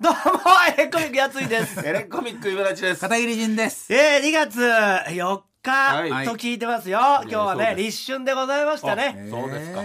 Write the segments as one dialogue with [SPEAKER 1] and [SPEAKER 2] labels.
[SPEAKER 1] どうも、エレコミックやついです。
[SPEAKER 2] エレコミックイブラチです。
[SPEAKER 3] 片桐仁です。
[SPEAKER 1] えー、2月4日、
[SPEAKER 2] はい
[SPEAKER 1] と聞いてますよ。今日は
[SPEAKER 2] そう
[SPEAKER 1] ね、
[SPEAKER 2] で
[SPEAKER 1] 立春でございましたね。
[SPEAKER 2] そうですか。
[SPEAKER 1] あ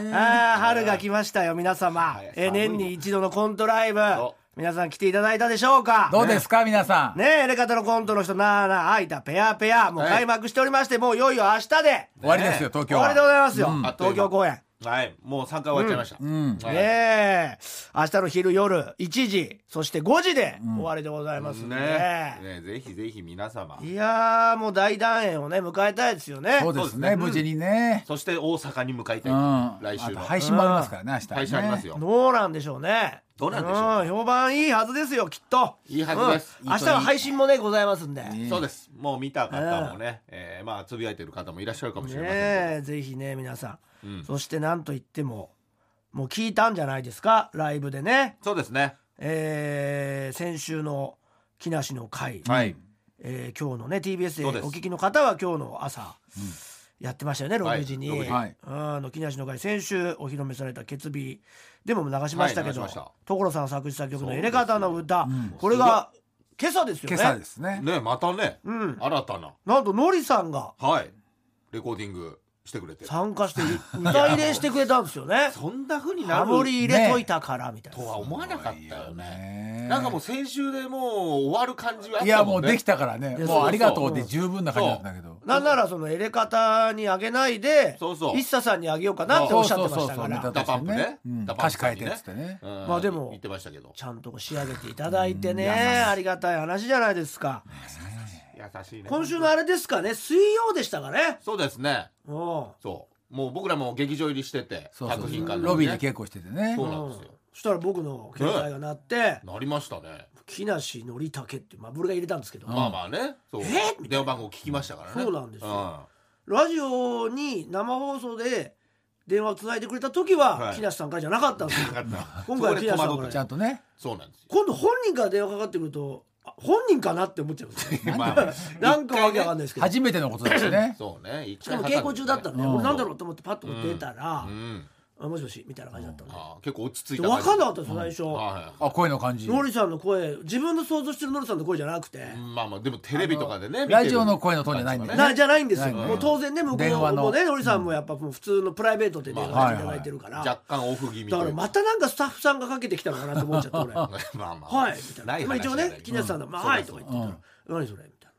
[SPEAKER 1] ー春が来ましたよ、皆様
[SPEAKER 2] はい。
[SPEAKER 1] えー
[SPEAKER 2] 寒いね
[SPEAKER 1] 年に一度のコントライブ
[SPEAKER 2] そ、
[SPEAKER 1] 皆さん来ていただいたでしょうか
[SPEAKER 3] どうですか、皆さん。
[SPEAKER 1] ねえ、エレカタのコントの人、なーなー、あいた、ペアペア、もう
[SPEAKER 2] はい
[SPEAKER 1] 開幕しておりまして、もういよいよ明日で、
[SPEAKER 3] 終わりですよ、東
[SPEAKER 1] 終
[SPEAKER 3] 京は。
[SPEAKER 1] わりでございますよ、
[SPEAKER 2] あっとい
[SPEAKER 1] 東
[SPEAKER 2] う間
[SPEAKER 1] 京公演。
[SPEAKER 2] はい、もう三回終わっちゃいました。
[SPEAKER 3] ん
[SPEAKER 2] はい
[SPEAKER 1] ねえ、明日の昼夜1時、そして5時で終わりでございますんで
[SPEAKER 2] ねねぜひぜひ皆様。
[SPEAKER 1] いやーもう大団円をね迎えたいですよね。
[SPEAKER 3] そうですね、
[SPEAKER 2] そうですね
[SPEAKER 3] 無事にね。
[SPEAKER 2] そして大阪に向かいた
[SPEAKER 3] う
[SPEAKER 2] い。
[SPEAKER 3] ん。
[SPEAKER 2] 来週
[SPEAKER 3] あ
[SPEAKER 2] の
[SPEAKER 3] と配信もありますからね、明日ね。
[SPEAKER 2] 会社ありますよ。
[SPEAKER 1] どうなんでしょうね。
[SPEAKER 2] どうなんでしょうね
[SPEAKER 1] ん評判いいはずですよきっと。
[SPEAKER 2] いいはずです
[SPEAKER 1] うん明日は配信もねございますんで。ね
[SPEAKER 3] ね
[SPEAKER 2] そうです。もう見た方もね、えーまあつぶやいてる方もいらっしゃるかもしれませんけ
[SPEAKER 1] えぜひね皆さん。
[SPEAKER 2] ど。うん
[SPEAKER 1] そしてなんと言ってももう聞いたんじゃないですかライブでね。
[SPEAKER 2] そうですね。
[SPEAKER 1] えー先週の木梨の会、
[SPEAKER 2] はい。
[SPEAKER 1] えー今日のね TBS で
[SPEAKER 2] そうです
[SPEAKER 1] お聞きの方は今日の朝。やってましたよね
[SPEAKER 2] はい
[SPEAKER 1] 6時に、
[SPEAKER 2] 6時
[SPEAKER 3] はい
[SPEAKER 1] あの木梨の会先週お披露目された「決備」でも流しましたけど、
[SPEAKER 2] はい流しました
[SPEAKER 1] 所さん作詞作曲
[SPEAKER 2] そう
[SPEAKER 1] の「
[SPEAKER 2] で
[SPEAKER 1] エ
[SPEAKER 2] す
[SPEAKER 1] レ
[SPEAKER 2] よ
[SPEAKER 1] ガタの歌」
[SPEAKER 3] ん
[SPEAKER 1] これが今朝ですよ
[SPEAKER 3] 今
[SPEAKER 1] ね
[SPEAKER 3] 朝ですね。
[SPEAKER 2] ね、またね、
[SPEAKER 1] うん、
[SPEAKER 2] 新たな。
[SPEAKER 1] なんとノリさんが
[SPEAKER 2] はい。レコーディングしてくれて。
[SPEAKER 1] 参加して歌入れしてくれたんですよね
[SPEAKER 2] そんな風にな
[SPEAKER 1] ハ
[SPEAKER 2] る
[SPEAKER 1] モリ入れといたからみたい
[SPEAKER 2] と
[SPEAKER 1] な、
[SPEAKER 2] は思わなかったよね。
[SPEAKER 3] ね
[SPEAKER 2] なんかもう先週でもう終わる感じはあっ
[SPEAKER 3] いや、
[SPEAKER 2] た
[SPEAKER 3] も
[SPEAKER 2] も
[SPEAKER 3] うん
[SPEAKER 2] ね。
[SPEAKER 3] できたからね。
[SPEAKER 1] いや
[SPEAKER 3] もうありがと
[SPEAKER 1] そううそ
[SPEAKER 3] で
[SPEAKER 1] う
[SPEAKER 3] 十分な感じだったんだけど。
[SPEAKER 1] なんならそのエレガタにあげないで
[SPEAKER 2] そうそう
[SPEAKER 1] s さんにあげようかなっておっしゃってましたから
[SPEAKER 3] ネタ
[SPEAKER 2] ダ
[SPEAKER 3] と
[SPEAKER 2] パ
[SPEAKER 3] し
[SPEAKER 2] ン
[SPEAKER 3] て
[SPEAKER 2] プね
[SPEAKER 3] ね。うん
[SPEAKER 2] ダパン
[SPEAKER 3] 歌
[SPEAKER 2] プ
[SPEAKER 3] 詞
[SPEAKER 2] さ
[SPEAKER 3] 変
[SPEAKER 2] ん
[SPEAKER 3] え
[SPEAKER 2] に
[SPEAKER 3] て
[SPEAKER 2] ね
[SPEAKER 3] っつってね。
[SPEAKER 2] うん
[SPEAKER 1] まあでも
[SPEAKER 2] 言ってましたけど
[SPEAKER 1] ち。ゃんと仕上げていただいてね、
[SPEAKER 3] うん優しい
[SPEAKER 1] ありがたい話じゃないですか、
[SPEAKER 2] 優しいね。
[SPEAKER 1] 今週のあれですかね水曜でしたかね
[SPEAKER 2] そうですね。
[SPEAKER 1] うん
[SPEAKER 2] そう。もう僕らも劇場入りしてて、
[SPEAKER 3] そうそう
[SPEAKER 2] 作品館
[SPEAKER 3] ロビーで
[SPEAKER 2] ね。
[SPEAKER 3] 稽古しててね
[SPEAKER 2] そ。うなんですよ
[SPEAKER 1] んそしたら僕の携帯が鳴って
[SPEAKER 2] なりましたね。
[SPEAKER 1] 「木梨憲武」っていうまあブルが入れたんですけど、
[SPEAKER 2] まあまあね。そう
[SPEAKER 1] えーみたい。な
[SPEAKER 2] 電話番号聞きましたからね。
[SPEAKER 1] そうなんですよラジオに生放送で電話をつないでくれた時は、
[SPEAKER 2] はい
[SPEAKER 1] 木梨さんからじゃなかったんですよ
[SPEAKER 2] うん。
[SPEAKER 1] 今回は木梨さんか
[SPEAKER 2] そこで戸惑
[SPEAKER 1] ら
[SPEAKER 2] っ
[SPEAKER 3] ちゃんとね。
[SPEAKER 2] そうなんですよ。
[SPEAKER 1] 今度本人から電話かかってくるとあ本人かなって思っちゃうんですよ
[SPEAKER 2] まあ
[SPEAKER 1] なんかわけわかんないですけどし
[SPEAKER 3] 初めてのことだしね。
[SPEAKER 2] そうね。一
[SPEAKER 1] か
[SPEAKER 2] 回
[SPEAKER 1] も
[SPEAKER 2] 挟ん
[SPEAKER 1] 稽古中だったんで、
[SPEAKER 3] うん
[SPEAKER 1] 俺なんだろうと思ってパッと出た
[SPEAKER 2] う
[SPEAKER 1] ら
[SPEAKER 2] ん。
[SPEAKER 1] 「あもしもし」みたいな感じだったんで、
[SPEAKER 2] ああ結構落ち着
[SPEAKER 1] で
[SPEAKER 2] いた。
[SPEAKER 1] 分かんなかったんですよ最初、
[SPEAKER 2] は
[SPEAKER 3] あ、声の感じ。
[SPEAKER 1] ノリさんの声自分の想像してるノリさんの声じゃなくて、
[SPEAKER 2] い。まあまあでもテレビとかでね。見てる
[SPEAKER 3] ラジオの声のトーンじゃないんだよね
[SPEAKER 1] なじゃないんですよ、
[SPEAKER 3] ないね
[SPEAKER 1] もう当然ね向こ
[SPEAKER 3] 電話
[SPEAKER 1] うも
[SPEAKER 3] の
[SPEAKER 1] ねノリさんもやっぱもう普通のプライベートで電話していただいてるから、
[SPEAKER 2] 若干オフ気味
[SPEAKER 1] だ
[SPEAKER 2] と
[SPEAKER 1] から
[SPEAKER 2] いう
[SPEAKER 1] またなんかスタッフさんがかけてきたのかなと思っちゃって俺 は
[SPEAKER 2] まあまあ。
[SPEAKER 1] いみたい
[SPEAKER 2] な
[SPEAKER 1] なまあ
[SPEAKER 2] 話
[SPEAKER 1] 一応
[SPEAKER 2] じゃ
[SPEAKER 1] ね
[SPEAKER 2] ない
[SPEAKER 1] 木梨さんが「まあ
[SPEAKER 2] そうだ
[SPEAKER 1] はい」とか言ってたら「何それ」みたい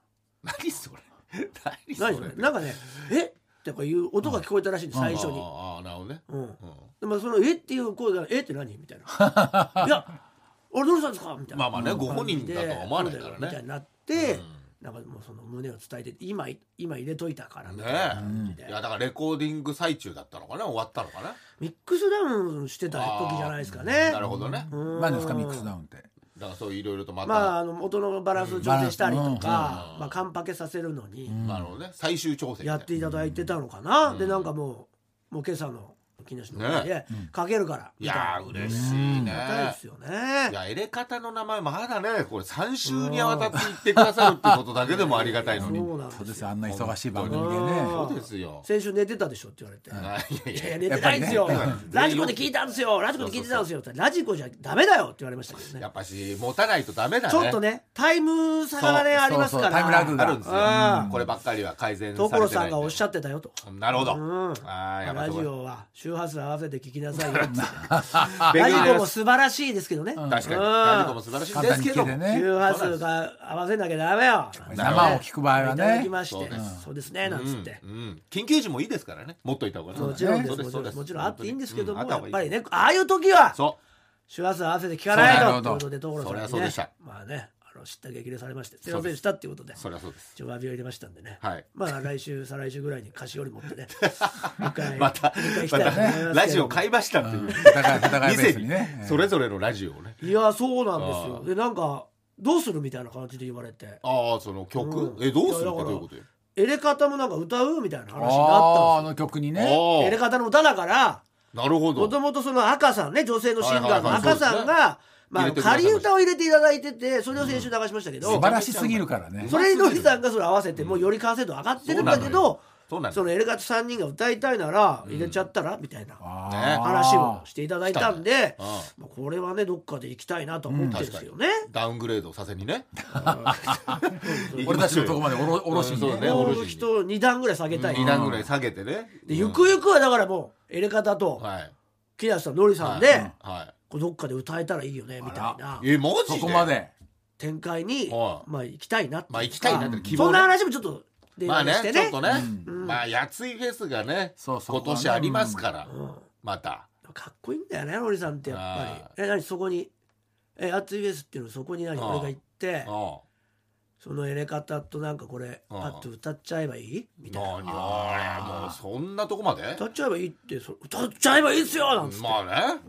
[SPEAKER 2] 何それ
[SPEAKER 1] な「
[SPEAKER 2] 何
[SPEAKER 1] 何
[SPEAKER 2] そ
[SPEAKER 1] そ
[SPEAKER 2] れ
[SPEAKER 1] れ」なんかね「えとかいう音が聞こえたらしいんです最初に。
[SPEAKER 2] ああああなるほどね、
[SPEAKER 1] うん
[SPEAKER 2] うん
[SPEAKER 1] でもその「えっ?」ていう声が「えっ?」って何みたいな「いや俺どうしたんですか?」みたいな
[SPEAKER 2] まあまあねご本人だとは思わないからね
[SPEAKER 1] みたいになって、なんかもうその胸を伝えて「今今入れといたから」みたいな感じ
[SPEAKER 2] ねえ、
[SPEAKER 1] で、
[SPEAKER 2] いやだからレコーディング最中だったのかな終わったのかな
[SPEAKER 1] ミックスダウンしてた時じゃないですかね
[SPEAKER 2] なるほどね、
[SPEAKER 1] うん
[SPEAKER 3] 何ですか、ミックスダウンって。
[SPEAKER 2] だからそういろいろとまた、
[SPEAKER 1] まあ、あの音のバランスを調整したりとか、
[SPEAKER 3] うん
[SPEAKER 1] まあ、カンパケさせるのに
[SPEAKER 2] なるほどね最終調整みたい
[SPEAKER 1] や
[SPEAKER 2] な
[SPEAKER 1] っていただいてたのかな、でなんかもうもう今朝の木梨の会で、かけるから
[SPEAKER 2] い
[SPEAKER 1] みたいな
[SPEAKER 2] やー嬉しいね
[SPEAKER 1] ありがたいですよね
[SPEAKER 2] いやエレカタの名前まだねこれ3週にわたって言ってくださるってことだけでもありがたいのに
[SPEAKER 1] そうなん
[SPEAKER 3] そう
[SPEAKER 1] で
[SPEAKER 3] ですす、
[SPEAKER 1] よ
[SPEAKER 3] あんな忙しい番組で
[SPEAKER 1] う
[SPEAKER 3] ね。
[SPEAKER 2] そうですよ
[SPEAKER 1] 先週寝てたでしょって言われて、
[SPEAKER 2] あい
[SPEAKER 1] いや
[SPEAKER 2] やい
[SPEAKER 1] 寝
[SPEAKER 2] や
[SPEAKER 1] てないですよ、
[SPEAKER 3] やっ
[SPEAKER 1] ラジコで聞いたんですよラジコで聞いてたんですよってラジコじゃダメだよって言われましたけどね
[SPEAKER 2] やっぱし持たないとダメだね
[SPEAKER 1] ちょっとねタイム差がね
[SPEAKER 3] そう
[SPEAKER 1] ありますから
[SPEAKER 3] そうそうタイムラグ
[SPEAKER 2] あるんですよ
[SPEAKER 1] あー
[SPEAKER 2] こればっかりは改善されてな
[SPEAKER 1] 所
[SPEAKER 2] い
[SPEAKER 1] さんがおっしゃってたよと。
[SPEAKER 2] なるほど、
[SPEAKER 1] うん
[SPEAKER 2] ああやっぱ
[SPEAKER 1] ラ
[SPEAKER 2] そ
[SPEAKER 1] ジ
[SPEAKER 2] こ
[SPEAKER 1] オは周波数合わせて聞きなさいよ って
[SPEAKER 2] 勉
[SPEAKER 1] ラジ
[SPEAKER 2] 強になり
[SPEAKER 1] コ
[SPEAKER 2] ま
[SPEAKER 1] も
[SPEAKER 2] す
[SPEAKER 1] 素晴らしいですけどね
[SPEAKER 2] 確かに
[SPEAKER 1] うん
[SPEAKER 2] ラジコも素晴らしい
[SPEAKER 3] 簡
[SPEAKER 2] です
[SPEAKER 3] 単に
[SPEAKER 2] けど
[SPEAKER 3] 聞いて
[SPEAKER 2] も
[SPEAKER 3] ね。
[SPEAKER 1] 周波数が合わせなきゃダメよ
[SPEAKER 3] 生を聞く場合はいね
[SPEAKER 1] ただきまして
[SPEAKER 2] そうです
[SPEAKER 1] そうですねなんつって
[SPEAKER 2] うんうん緊急時もいいですからね持っといた方がね
[SPEAKER 1] もちろんで
[SPEAKER 2] そ
[SPEAKER 1] す
[SPEAKER 2] うで
[SPEAKER 1] もち
[SPEAKER 2] すそ
[SPEAKER 1] ろ
[SPEAKER 2] うんです
[SPEAKER 1] もちろんあっていいんですけど
[SPEAKER 2] うん
[SPEAKER 1] も
[SPEAKER 2] あった
[SPEAKER 1] や
[SPEAKER 2] 方
[SPEAKER 1] っ
[SPEAKER 2] がいい
[SPEAKER 1] ぱりねああいう時は
[SPEAKER 2] そ
[SPEAKER 1] 周波数合わせて聞かない
[SPEAKER 3] そう
[SPEAKER 1] と
[SPEAKER 3] なるほ
[SPEAKER 1] と
[SPEAKER 3] ど
[SPEAKER 1] いうことで所さん
[SPEAKER 2] そりゃそう
[SPEAKER 1] に
[SPEAKER 2] で
[SPEAKER 1] ね
[SPEAKER 2] した
[SPEAKER 1] まあねあの知った激励されましてすいませんでしたっていうことで
[SPEAKER 2] うそりゃそうです
[SPEAKER 1] 一応詫びを入れましたんでね
[SPEAKER 2] はい
[SPEAKER 1] まあ来週再来週ぐらいに菓子折り持 ってねもう一回
[SPEAKER 2] また
[SPEAKER 1] もう一回行き
[SPEAKER 2] ま
[SPEAKER 1] たいと思いますけれど
[SPEAKER 2] た
[SPEAKER 1] も
[SPEAKER 2] ラジオ買いましたっていう
[SPEAKER 3] 互い、互いベース
[SPEAKER 2] 店
[SPEAKER 3] に
[SPEAKER 2] に
[SPEAKER 3] ね。
[SPEAKER 2] それぞれのラジオをね
[SPEAKER 1] いやそうなんです
[SPEAKER 2] あ
[SPEAKER 1] よ
[SPEAKER 2] ー
[SPEAKER 1] でなんかどうするみたいな感じで言われて
[SPEAKER 2] ああその曲
[SPEAKER 1] うん
[SPEAKER 2] えどうする
[SPEAKER 1] いやだ
[SPEAKER 2] って
[SPEAKER 1] から
[SPEAKER 2] どういうことよ
[SPEAKER 1] エレカタもなんか歌うみたいな話にな
[SPEAKER 3] ああ、
[SPEAKER 1] った
[SPEAKER 3] あ
[SPEAKER 1] んで
[SPEAKER 3] の曲に
[SPEAKER 2] あ
[SPEAKER 3] ね。
[SPEAKER 1] すよエレ
[SPEAKER 2] あ
[SPEAKER 1] カタの歌だから
[SPEAKER 2] なるほ
[SPEAKER 1] もと
[SPEAKER 2] ど
[SPEAKER 1] もとその赤さんね女性のシンガーの
[SPEAKER 2] はいはいはい
[SPEAKER 1] 赤さんがまあ
[SPEAKER 2] 入れてください
[SPEAKER 1] 仮
[SPEAKER 2] ました
[SPEAKER 1] 歌を入れていただいててそれを先週流しましたけ
[SPEAKER 3] 素
[SPEAKER 1] ど
[SPEAKER 3] 晴らしすぎるからね。
[SPEAKER 1] それにノリさんがそれ合わせてもうより完成度上がってるんだけど
[SPEAKER 2] そうなんです
[SPEAKER 1] そのエレガチ3人が歌いたいなら入れちゃったら、みたいな
[SPEAKER 3] あー
[SPEAKER 1] 話をしていただいたんで、
[SPEAKER 2] うん
[SPEAKER 1] まあこれはねどっかで行きたいなと思ってるんですよね。
[SPEAKER 2] ダウングレードさせにね
[SPEAKER 3] 俺たちのとこまでおろおろしに
[SPEAKER 2] そう ね
[SPEAKER 1] も
[SPEAKER 2] おろし
[SPEAKER 1] う人2段ぐらい下げたい、
[SPEAKER 2] 2段ぐらい下げてね
[SPEAKER 1] でゆくゆくはだからもうエレ方と
[SPEAKER 2] はい
[SPEAKER 1] 木梨さんのりさんで、
[SPEAKER 2] は
[SPEAKER 1] こうどっかで歌えたらいいよねみたいない
[SPEAKER 2] えマジ
[SPEAKER 3] そ
[SPEAKER 2] で
[SPEAKER 3] こまで
[SPEAKER 1] 展開に、
[SPEAKER 2] はい
[SPEAKER 1] まあ行きたいなって
[SPEAKER 2] まあ行きたいなって希
[SPEAKER 1] そ
[SPEAKER 2] 望
[SPEAKER 1] んな
[SPEAKER 2] ね
[SPEAKER 1] 話もちょっと電
[SPEAKER 2] まあ
[SPEAKER 1] 話にして
[SPEAKER 2] ねちょっ
[SPEAKER 1] ね,、
[SPEAKER 2] とね
[SPEAKER 1] うん
[SPEAKER 2] まあやついフェスがね
[SPEAKER 3] そうそう
[SPEAKER 2] 今年ありますからまた
[SPEAKER 1] うん、かっこいいんだよねのりさんってやっぱりえ何そこにえ熱いですっていうのそこに何
[SPEAKER 2] ああ
[SPEAKER 1] 俺が行って
[SPEAKER 2] うん
[SPEAKER 1] そのエレ方となんかこれ
[SPEAKER 2] ああ
[SPEAKER 1] パッと歌っちゃえばいいみたいな
[SPEAKER 2] 何俺もうそんなとこまで
[SPEAKER 1] 歌っちゃえばいいってそ歌っちゃえばいいっすよなんつって、
[SPEAKER 2] まあね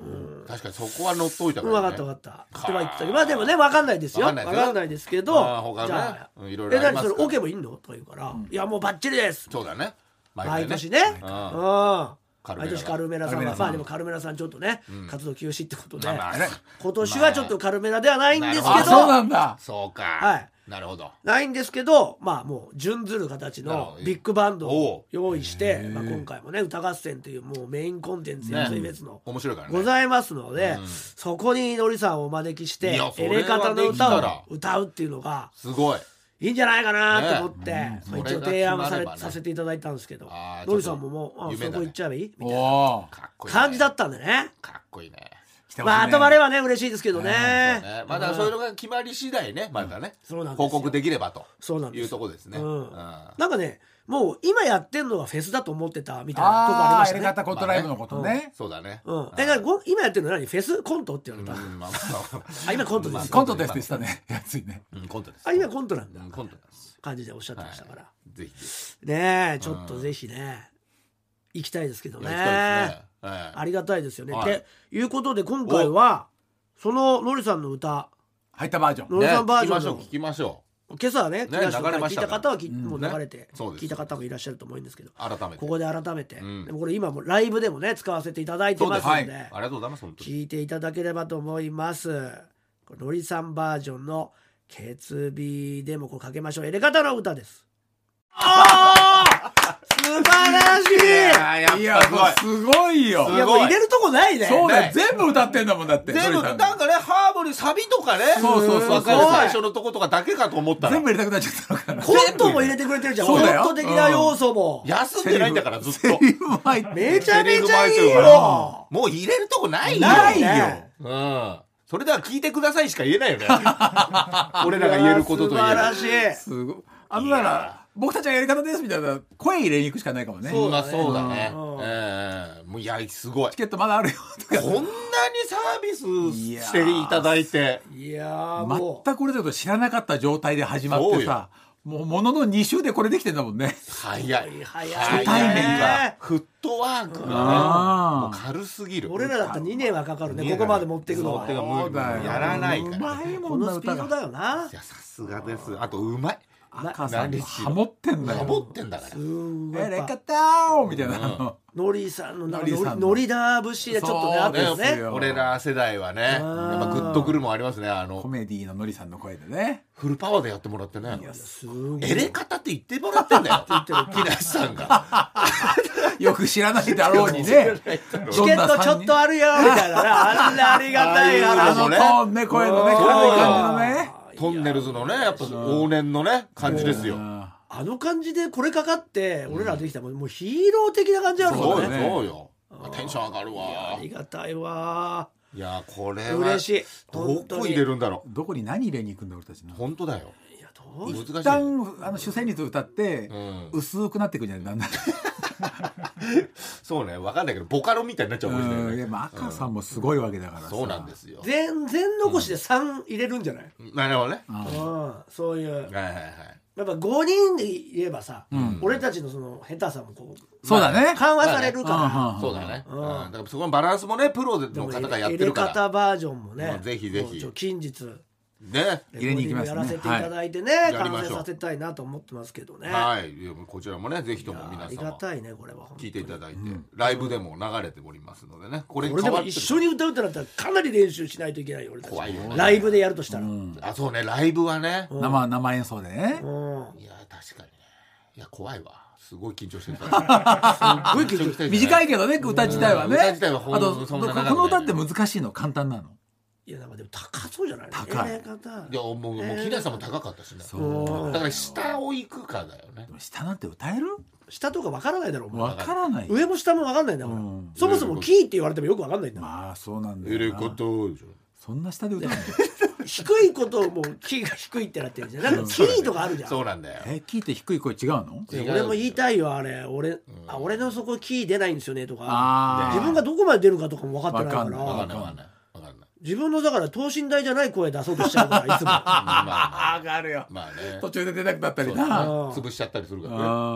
[SPEAKER 2] 確かにそこは乗っといた
[SPEAKER 1] う
[SPEAKER 2] か
[SPEAKER 1] ん、
[SPEAKER 2] ら
[SPEAKER 1] 分か
[SPEAKER 2] ね
[SPEAKER 1] った分かったっては言ってたけどまあでもね分かんないですよ
[SPEAKER 2] わかん
[SPEAKER 1] 分
[SPEAKER 2] な
[SPEAKER 1] か
[SPEAKER 2] いですよ
[SPEAKER 1] んないですけど
[SPEAKER 2] ああ他ね
[SPEAKER 1] じゃあ
[SPEAKER 2] うん
[SPEAKER 1] え
[SPEAKER 2] いろいろありま
[SPEAKER 1] 何
[SPEAKER 2] す
[SPEAKER 1] そ
[SPEAKER 2] から
[SPEAKER 1] れオケもいいのとか言うから、いやもうバッチリです
[SPEAKER 2] そうだね
[SPEAKER 1] 毎年
[SPEAKER 2] ね
[SPEAKER 1] ね
[SPEAKER 2] うん
[SPEAKER 1] うん
[SPEAKER 2] カルメラ
[SPEAKER 1] 毎年カルメラさん
[SPEAKER 3] カルメラ
[SPEAKER 1] はま
[SPEAKER 3] さん
[SPEAKER 1] あでもカルメラさんちょっとね活動休止ってことで
[SPEAKER 2] まあまあ
[SPEAKER 1] 今年はちょっとカルメラではないんですけど
[SPEAKER 2] ま
[SPEAKER 3] あそうなんだ
[SPEAKER 2] そうか
[SPEAKER 1] はい
[SPEAKER 2] なるほど
[SPEAKER 1] ないんですけどまあもう準ずる形
[SPEAKER 2] なるほ
[SPEAKER 1] の
[SPEAKER 2] ど
[SPEAKER 1] ビッグバンド
[SPEAKER 2] おう
[SPEAKER 1] を用意してまあ今回もね歌合戦というもうメインコンテンツ
[SPEAKER 2] ね
[SPEAKER 1] やつい別の
[SPEAKER 2] 面白いからね
[SPEAKER 1] ございますのでそこにのりさんをお招きして
[SPEAKER 2] いやそ
[SPEAKER 1] エ
[SPEAKER 2] れは
[SPEAKER 1] レ
[SPEAKER 2] できたら
[SPEAKER 1] 方の歌を歌うっていうのが
[SPEAKER 2] すごい
[SPEAKER 1] いいんじゃないかなと思って
[SPEAKER 2] ね
[SPEAKER 1] まあ
[SPEAKER 2] うん
[SPEAKER 1] 一応
[SPEAKER 2] それ
[SPEAKER 1] 提
[SPEAKER 2] が
[SPEAKER 1] 案
[SPEAKER 2] 決ま
[SPEAKER 1] はさ
[SPEAKER 2] れ
[SPEAKER 1] れ
[SPEAKER 2] ばね
[SPEAKER 1] させていただいたんですけど
[SPEAKER 2] あー
[SPEAKER 1] のりさんももうあ
[SPEAKER 2] 夢だね
[SPEAKER 1] そこ行っちゃえばいいみ
[SPEAKER 3] お
[SPEAKER 1] たいな
[SPEAKER 3] お
[SPEAKER 2] かっこいいね
[SPEAKER 1] 感じだったんでね。
[SPEAKER 2] かっこいいね
[SPEAKER 1] まあ、後ま
[SPEAKER 3] れ
[SPEAKER 1] れはね、嬉しいですけどね。
[SPEAKER 2] ねまだそういうのが決まり次第ねまたね
[SPEAKER 1] そうなんですよ
[SPEAKER 2] 報告できればと
[SPEAKER 1] そうなん
[SPEAKER 2] い
[SPEAKER 1] で
[SPEAKER 2] う
[SPEAKER 1] す
[SPEAKER 2] と。こですね
[SPEAKER 1] うん
[SPEAKER 2] うんま
[SPEAKER 1] なんかね、もう今やってんのはフェスだと思ってたみたいなとこあ
[SPEAKER 3] ああーエ
[SPEAKER 1] り
[SPEAKER 3] レ
[SPEAKER 1] ま
[SPEAKER 3] ガ
[SPEAKER 1] した
[SPEAKER 3] タ
[SPEAKER 1] ね。
[SPEAKER 3] コントライブのこと
[SPEAKER 1] まあ
[SPEAKER 3] ね
[SPEAKER 2] そうだね
[SPEAKER 1] うん、えなご今やってるの何フェスコントって言われた、
[SPEAKER 2] うんまあま
[SPEAKER 1] あ今コントです、
[SPEAKER 2] まあ
[SPEAKER 3] コントですってしたねやついね
[SPEAKER 2] あうんコントです
[SPEAKER 1] あ今コントなんだ
[SPEAKER 2] うんコントなんです
[SPEAKER 1] 感じでおっしゃってましたから、
[SPEAKER 2] ぜひぜひ
[SPEAKER 1] ねえちょっとぜひね、行きたいですけどね
[SPEAKER 2] やりたいですねええ
[SPEAKER 1] ありがたいですよね、
[SPEAKER 2] はい
[SPEAKER 1] っていうことで今回はそののりさんの歌
[SPEAKER 3] 入ったバージョン
[SPEAKER 1] ローさんバージョン
[SPEAKER 2] ね
[SPEAKER 1] の
[SPEAKER 2] 聞きましょう聞
[SPEAKER 1] 今
[SPEAKER 2] きましょ
[SPEAKER 1] 朝はね
[SPEAKER 2] ね
[SPEAKER 1] 木梨の
[SPEAKER 2] 流れ
[SPEAKER 1] 会
[SPEAKER 2] ま
[SPEAKER 1] 聞
[SPEAKER 2] し
[SPEAKER 1] い
[SPEAKER 2] たか
[SPEAKER 1] た方
[SPEAKER 2] ら
[SPEAKER 1] はき、もう流れて、
[SPEAKER 2] ねそうです
[SPEAKER 1] 聞いた方もいらっしゃると思うんですけど
[SPEAKER 2] う改めて
[SPEAKER 1] ここで改めて、
[SPEAKER 2] うん
[SPEAKER 1] でもこれ今もライブでもね使わせていただいて
[SPEAKER 2] そう
[SPEAKER 1] ま
[SPEAKER 2] ですす
[SPEAKER 1] ので
[SPEAKER 2] はいありがとうございます本当に
[SPEAKER 1] 聞いていただければと思いますこれのりさんバージョンの「ケツビでもこうかけましょうエレガタの歌ですあー素晴らしい
[SPEAKER 2] ややっぱ
[SPEAKER 3] いや
[SPEAKER 2] すごい
[SPEAKER 3] すごいよ
[SPEAKER 1] いやもう入れるとこないね
[SPEAKER 3] そうだ
[SPEAKER 2] ね
[SPEAKER 3] よ全部歌ってんだもんだって
[SPEAKER 2] 全部
[SPEAKER 3] のりさ
[SPEAKER 2] なんんかねハーモニーサビとかね
[SPEAKER 3] そうそうそう
[SPEAKER 2] わかる最初のとことかだけかと思ったら
[SPEAKER 3] 全部入れたくなっちゃったの かな
[SPEAKER 1] コントも入れてくれてるじゃん
[SPEAKER 3] そ
[SPEAKER 1] コ
[SPEAKER 3] う
[SPEAKER 1] ン
[SPEAKER 3] だよ
[SPEAKER 1] ト的な要素も
[SPEAKER 2] 休んでないんだからずっと
[SPEAKER 3] セリフも入って
[SPEAKER 1] めちゃめちゃいい
[SPEAKER 2] セリフ
[SPEAKER 1] よ
[SPEAKER 2] もう入れるとこないよ
[SPEAKER 3] ないよ
[SPEAKER 1] ね
[SPEAKER 2] うんそれでは聞いてくださいしか言えないよ ね俺らが言えることといえ
[SPEAKER 1] いや
[SPEAKER 2] ば
[SPEAKER 1] 素晴らしい
[SPEAKER 3] すごいあのなら僕たちはやり方ですみたいな声入れに行くしかないかもね
[SPEAKER 2] そうだそうだね
[SPEAKER 1] うん
[SPEAKER 2] ええもういやすごい
[SPEAKER 3] チケットまだあるよとか
[SPEAKER 2] こんなにサービスしていただいて
[SPEAKER 1] いやーもう
[SPEAKER 3] 全く俺のこと知らなかった状態で始まってさもうものの2週でこれできてんだもんね
[SPEAKER 2] 早い
[SPEAKER 1] い早い
[SPEAKER 2] 初対面がフットワークがね
[SPEAKER 3] あー
[SPEAKER 2] もう軽すぎる
[SPEAKER 1] 俺らだったら2年はかかるねここまで持っていくのは
[SPEAKER 2] 持ってく無理やらないから
[SPEAKER 3] うまいも
[SPEAKER 1] こ
[SPEAKER 3] ん
[SPEAKER 1] の
[SPEAKER 3] な
[SPEAKER 1] スピー
[SPEAKER 3] 歌
[SPEAKER 1] ド
[SPEAKER 3] が
[SPEAKER 1] だよない
[SPEAKER 2] やさすがですあとうまい
[SPEAKER 3] 母さん
[SPEAKER 2] 何しろ
[SPEAKER 3] ハモってんだ
[SPEAKER 2] サボ
[SPEAKER 3] よ
[SPEAKER 2] ってんだから
[SPEAKER 1] うーわ
[SPEAKER 3] 「
[SPEAKER 1] や
[SPEAKER 3] え
[SPEAKER 1] っ
[SPEAKER 3] れ
[SPEAKER 1] ぱ
[SPEAKER 3] かたお」みたいなあの
[SPEAKER 1] ノリさんのなんか
[SPEAKER 3] ノリ
[SPEAKER 1] ノ
[SPEAKER 3] さん
[SPEAKER 1] リ
[SPEAKER 3] の
[SPEAKER 1] ノリダー節がちょっとねあ
[SPEAKER 3] そ
[SPEAKER 1] っ
[SPEAKER 3] う
[SPEAKER 1] たよ
[SPEAKER 3] です
[SPEAKER 1] ね
[SPEAKER 3] よ
[SPEAKER 2] 俺ら世代はねやっぱグッとくるもんありますねあ
[SPEAKER 3] コ
[SPEAKER 2] の
[SPEAKER 3] メディののりさんの声でね
[SPEAKER 2] フルパワーでやってもらってね
[SPEAKER 1] すごい
[SPEAKER 2] エレ方 って言ってもらってんだよ木梨さん が
[SPEAKER 3] よく知らないだろうに ね
[SPEAKER 1] チケットちょっとあるよみたいなね あんなありがたい
[SPEAKER 2] ああ
[SPEAKER 3] あ
[SPEAKER 2] いう
[SPEAKER 1] 話
[SPEAKER 2] の
[SPEAKER 3] のト
[SPEAKER 2] ね
[SPEAKER 3] ーンね声のね
[SPEAKER 1] そう
[SPEAKER 3] 軽い感じのね
[SPEAKER 2] トンネルズのねやっぱ往年のね感じですよ
[SPEAKER 1] あの感じでこれかかって俺らできたらもうヒーロー的な感じあるもん
[SPEAKER 2] そうよ
[SPEAKER 1] ね
[SPEAKER 3] ね
[SPEAKER 2] そうよテンション上がる
[SPEAKER 1] あ
[SPEAKER 2] わ
[SPEAKER 1] りがたいわ
[SPEAKER 2] いやこれは
[SPEAKER 1] 嬉しい
[SPEAKER 2] ど
[SPEAKER 1] 本当に
[SPEAKER 2] こ入れるんだろ
[SPEAKER 3] どこに何入れに行くんだ俺たちな
[SPEAKER 2] う本当だよ
[SPEAKER 1] いやどう
[SPEAKER 2] 難しい
[SPEAKER 3] 一旦あの主旋律歌って
[SPEAKER 2] ん
[SPEAKER 3] 薄くなってくんじゃないだんだん
[SPEAKER 2] そうね分かんないけどボカロみたいになっちゃうかもしれな
[SPEAKER 3] うん
[SPEAKER 2] い
[SPEAKER 3] い
[SPEAKER 2] ね
[SPEAKER 3] やまあ赤さんもすごいわけだからさ
[SPEAKER 2] そうなんですよ
[SPEAKER 1] 全然残しで3入れるんじゃない
[SPEAKER 2] なるほどね
[SPEAKER 3] う
[SPEAKER 1] う
[SPEAKER 3] ん
[SPEAKER 1] んそういう
[SPEAKER 2] はいはいはい
[SPEAKER 1] やっぱ5人で言えばさ俺たちのその下手さもこう
[SPEAKER 3] そうだね
[SPEAKER 1] 緩和される
[SPEAKER 3] うんう
[SPEAKER 1] か
[SPEAKER 3] んうん
[SPEAKER 2] そうだね
[SPEAKER 1] う
[SPEAKER 2] うんんだからそこのバランスもねプロ
[SPEAKER 1] ら
[SPEAKER 2] の
[SPEAKER 1] で
[SPEAKER 2] 方
[SPEAKER 1] も
[SPEAKER 2] がやっ
[SPEAKER 1] 入
[SPEAKER 2] て
[SPEAKER 1] れ
[SPEAKER 2] るから
[SPEAKER 1] 方バージョンもね
[SPEAKER 2] まあぜひぜひ
[SPEAKER 1] もうちょ近日
[SPEAKER 2] ね
[SPEAKER 3] 入れに行きますね
[SPEAKER 1] やらせていただいてね、
[SPEAKER 2] いやり
[SPEAKER 1] 完
[SPEAKER 2] まし
[SPEAKER 1] 成
[SPEAKER 2] ょう
[SPEAKER 1] させたいなと思ってますけどね。
[SPEAKER 2] はいいやこちらもねぜひと
[SPEAKER 1] いや
[SPEAKER 2] も
[SPEAKER 1] あ
[SPEAKER 2] 皆
[SPEAKER 1] りが
[SPEAKER 2] 様
[SPEAKER 1] たいねこれは本当に
[SPEAKER 2] 聞いていただいてライブでも流れておりますのでねこれ
[SPEAKER 1] 俺でも一緒
[SPEAKER 2] に
[SPEAKER 1] に歌うってなったらかなり練習しないといけないよ俺たち
[SPEAKER 2] 怖いよね
[SPEAKER 1] ライブでやるとしたら、
[SPEAKER 2] あそうねライブはね
[SPEAKER 3] 生生演奏でね
[SPEAKER 1] うん
[SPEAKER 2] いや確かにねいや怖いわすごい緊張してた。
[SPEAKER 1] すっごい緊張して
[SPEAKER 2] た
[SPEAKER 3] 短い
[SPEAKER 2] け
[SPEAKER 3] けどね、歌自体はね。
[SPEAKER 2] うん歌自体はほん
[SPEAKER 3] あと、
[SPEAKER 2] そ
[SPEAKER 3] こ
[SPEAKER 2] んな長くない
[SPEAKER 3] の歌って難しいの簡単なの。
[SPEAKER 1] いやなんかでも高そうじゃない
[SPEAKER 3] 高い
[SPEAKER 1] えら方
[SPEAKER 2] ど。いや、もう、もう、平井さんも高かったしね。
[SPEAKER 3] そう。
[SPEAKER 1] う
[SPEAKER 2] だ
[SPEAKER 1] ん
[SPEAKER 2] から、下を行くかだよね
[SPEAKER 3] で。も下なんて歌える
[SPEAKER 1] 下とかわからないだろお前
[SPEAKER 3] わからない。
[SPEAKER 1] 上も下もわかんないんだから、
[SPEAKER 3] うん
[SPEAKER 1] そもそもキーって言われてもよくわかんないんだ、
[SPEAKER 3] まあ、そうなんだ
[SPEAKER 2] えれ
[SPEAKER 3] よな。
[SPEAKER 2] ことでしょ。
[SPEAKER 3] そんな下で歌うの
[SPEAKER 1] 低いことをもうキーが低いってなってるじゃんなんかキーとかあるじゃん、
[SPEAKER 2] そうなんだよ。
[SPEAKER 3] え、聞いて低い声違うの
[SPEAKER 2] 違う
[SPEAKER 1] 俺も言いたいよあれ俺,、あ俺のそこキー出ないんですよねとか
[SPEAKER 3] あ
[SPEAKER 1] 自
[SPEAKER 3] あ。
[SPEAKER 1] 分がどこまで出るかとかも分かってないか
[SPEAKER 3] 分
[SPEAKER 1] ら
[SPEAKER 3] か
[SPEAKER 2] わかんないわかんない。わかんない。
[SPEAKER 1] 自分のだから等身大じゃない声出そうとしちゃう からいつも
[SPEAKER 2] まあ
[SPEAKER 3] 上がるよ。
[SPEAKER 2] まあ、まあ ね。
[SPEAKER 3] 途中で出なくなったり
[SPEAKER 1] そ
[SPEAKER 3] な。
[SPEAKER 1] う
[SPEAKER 2] 潰しちゃったりするからね。
[SPEAKER 3] あ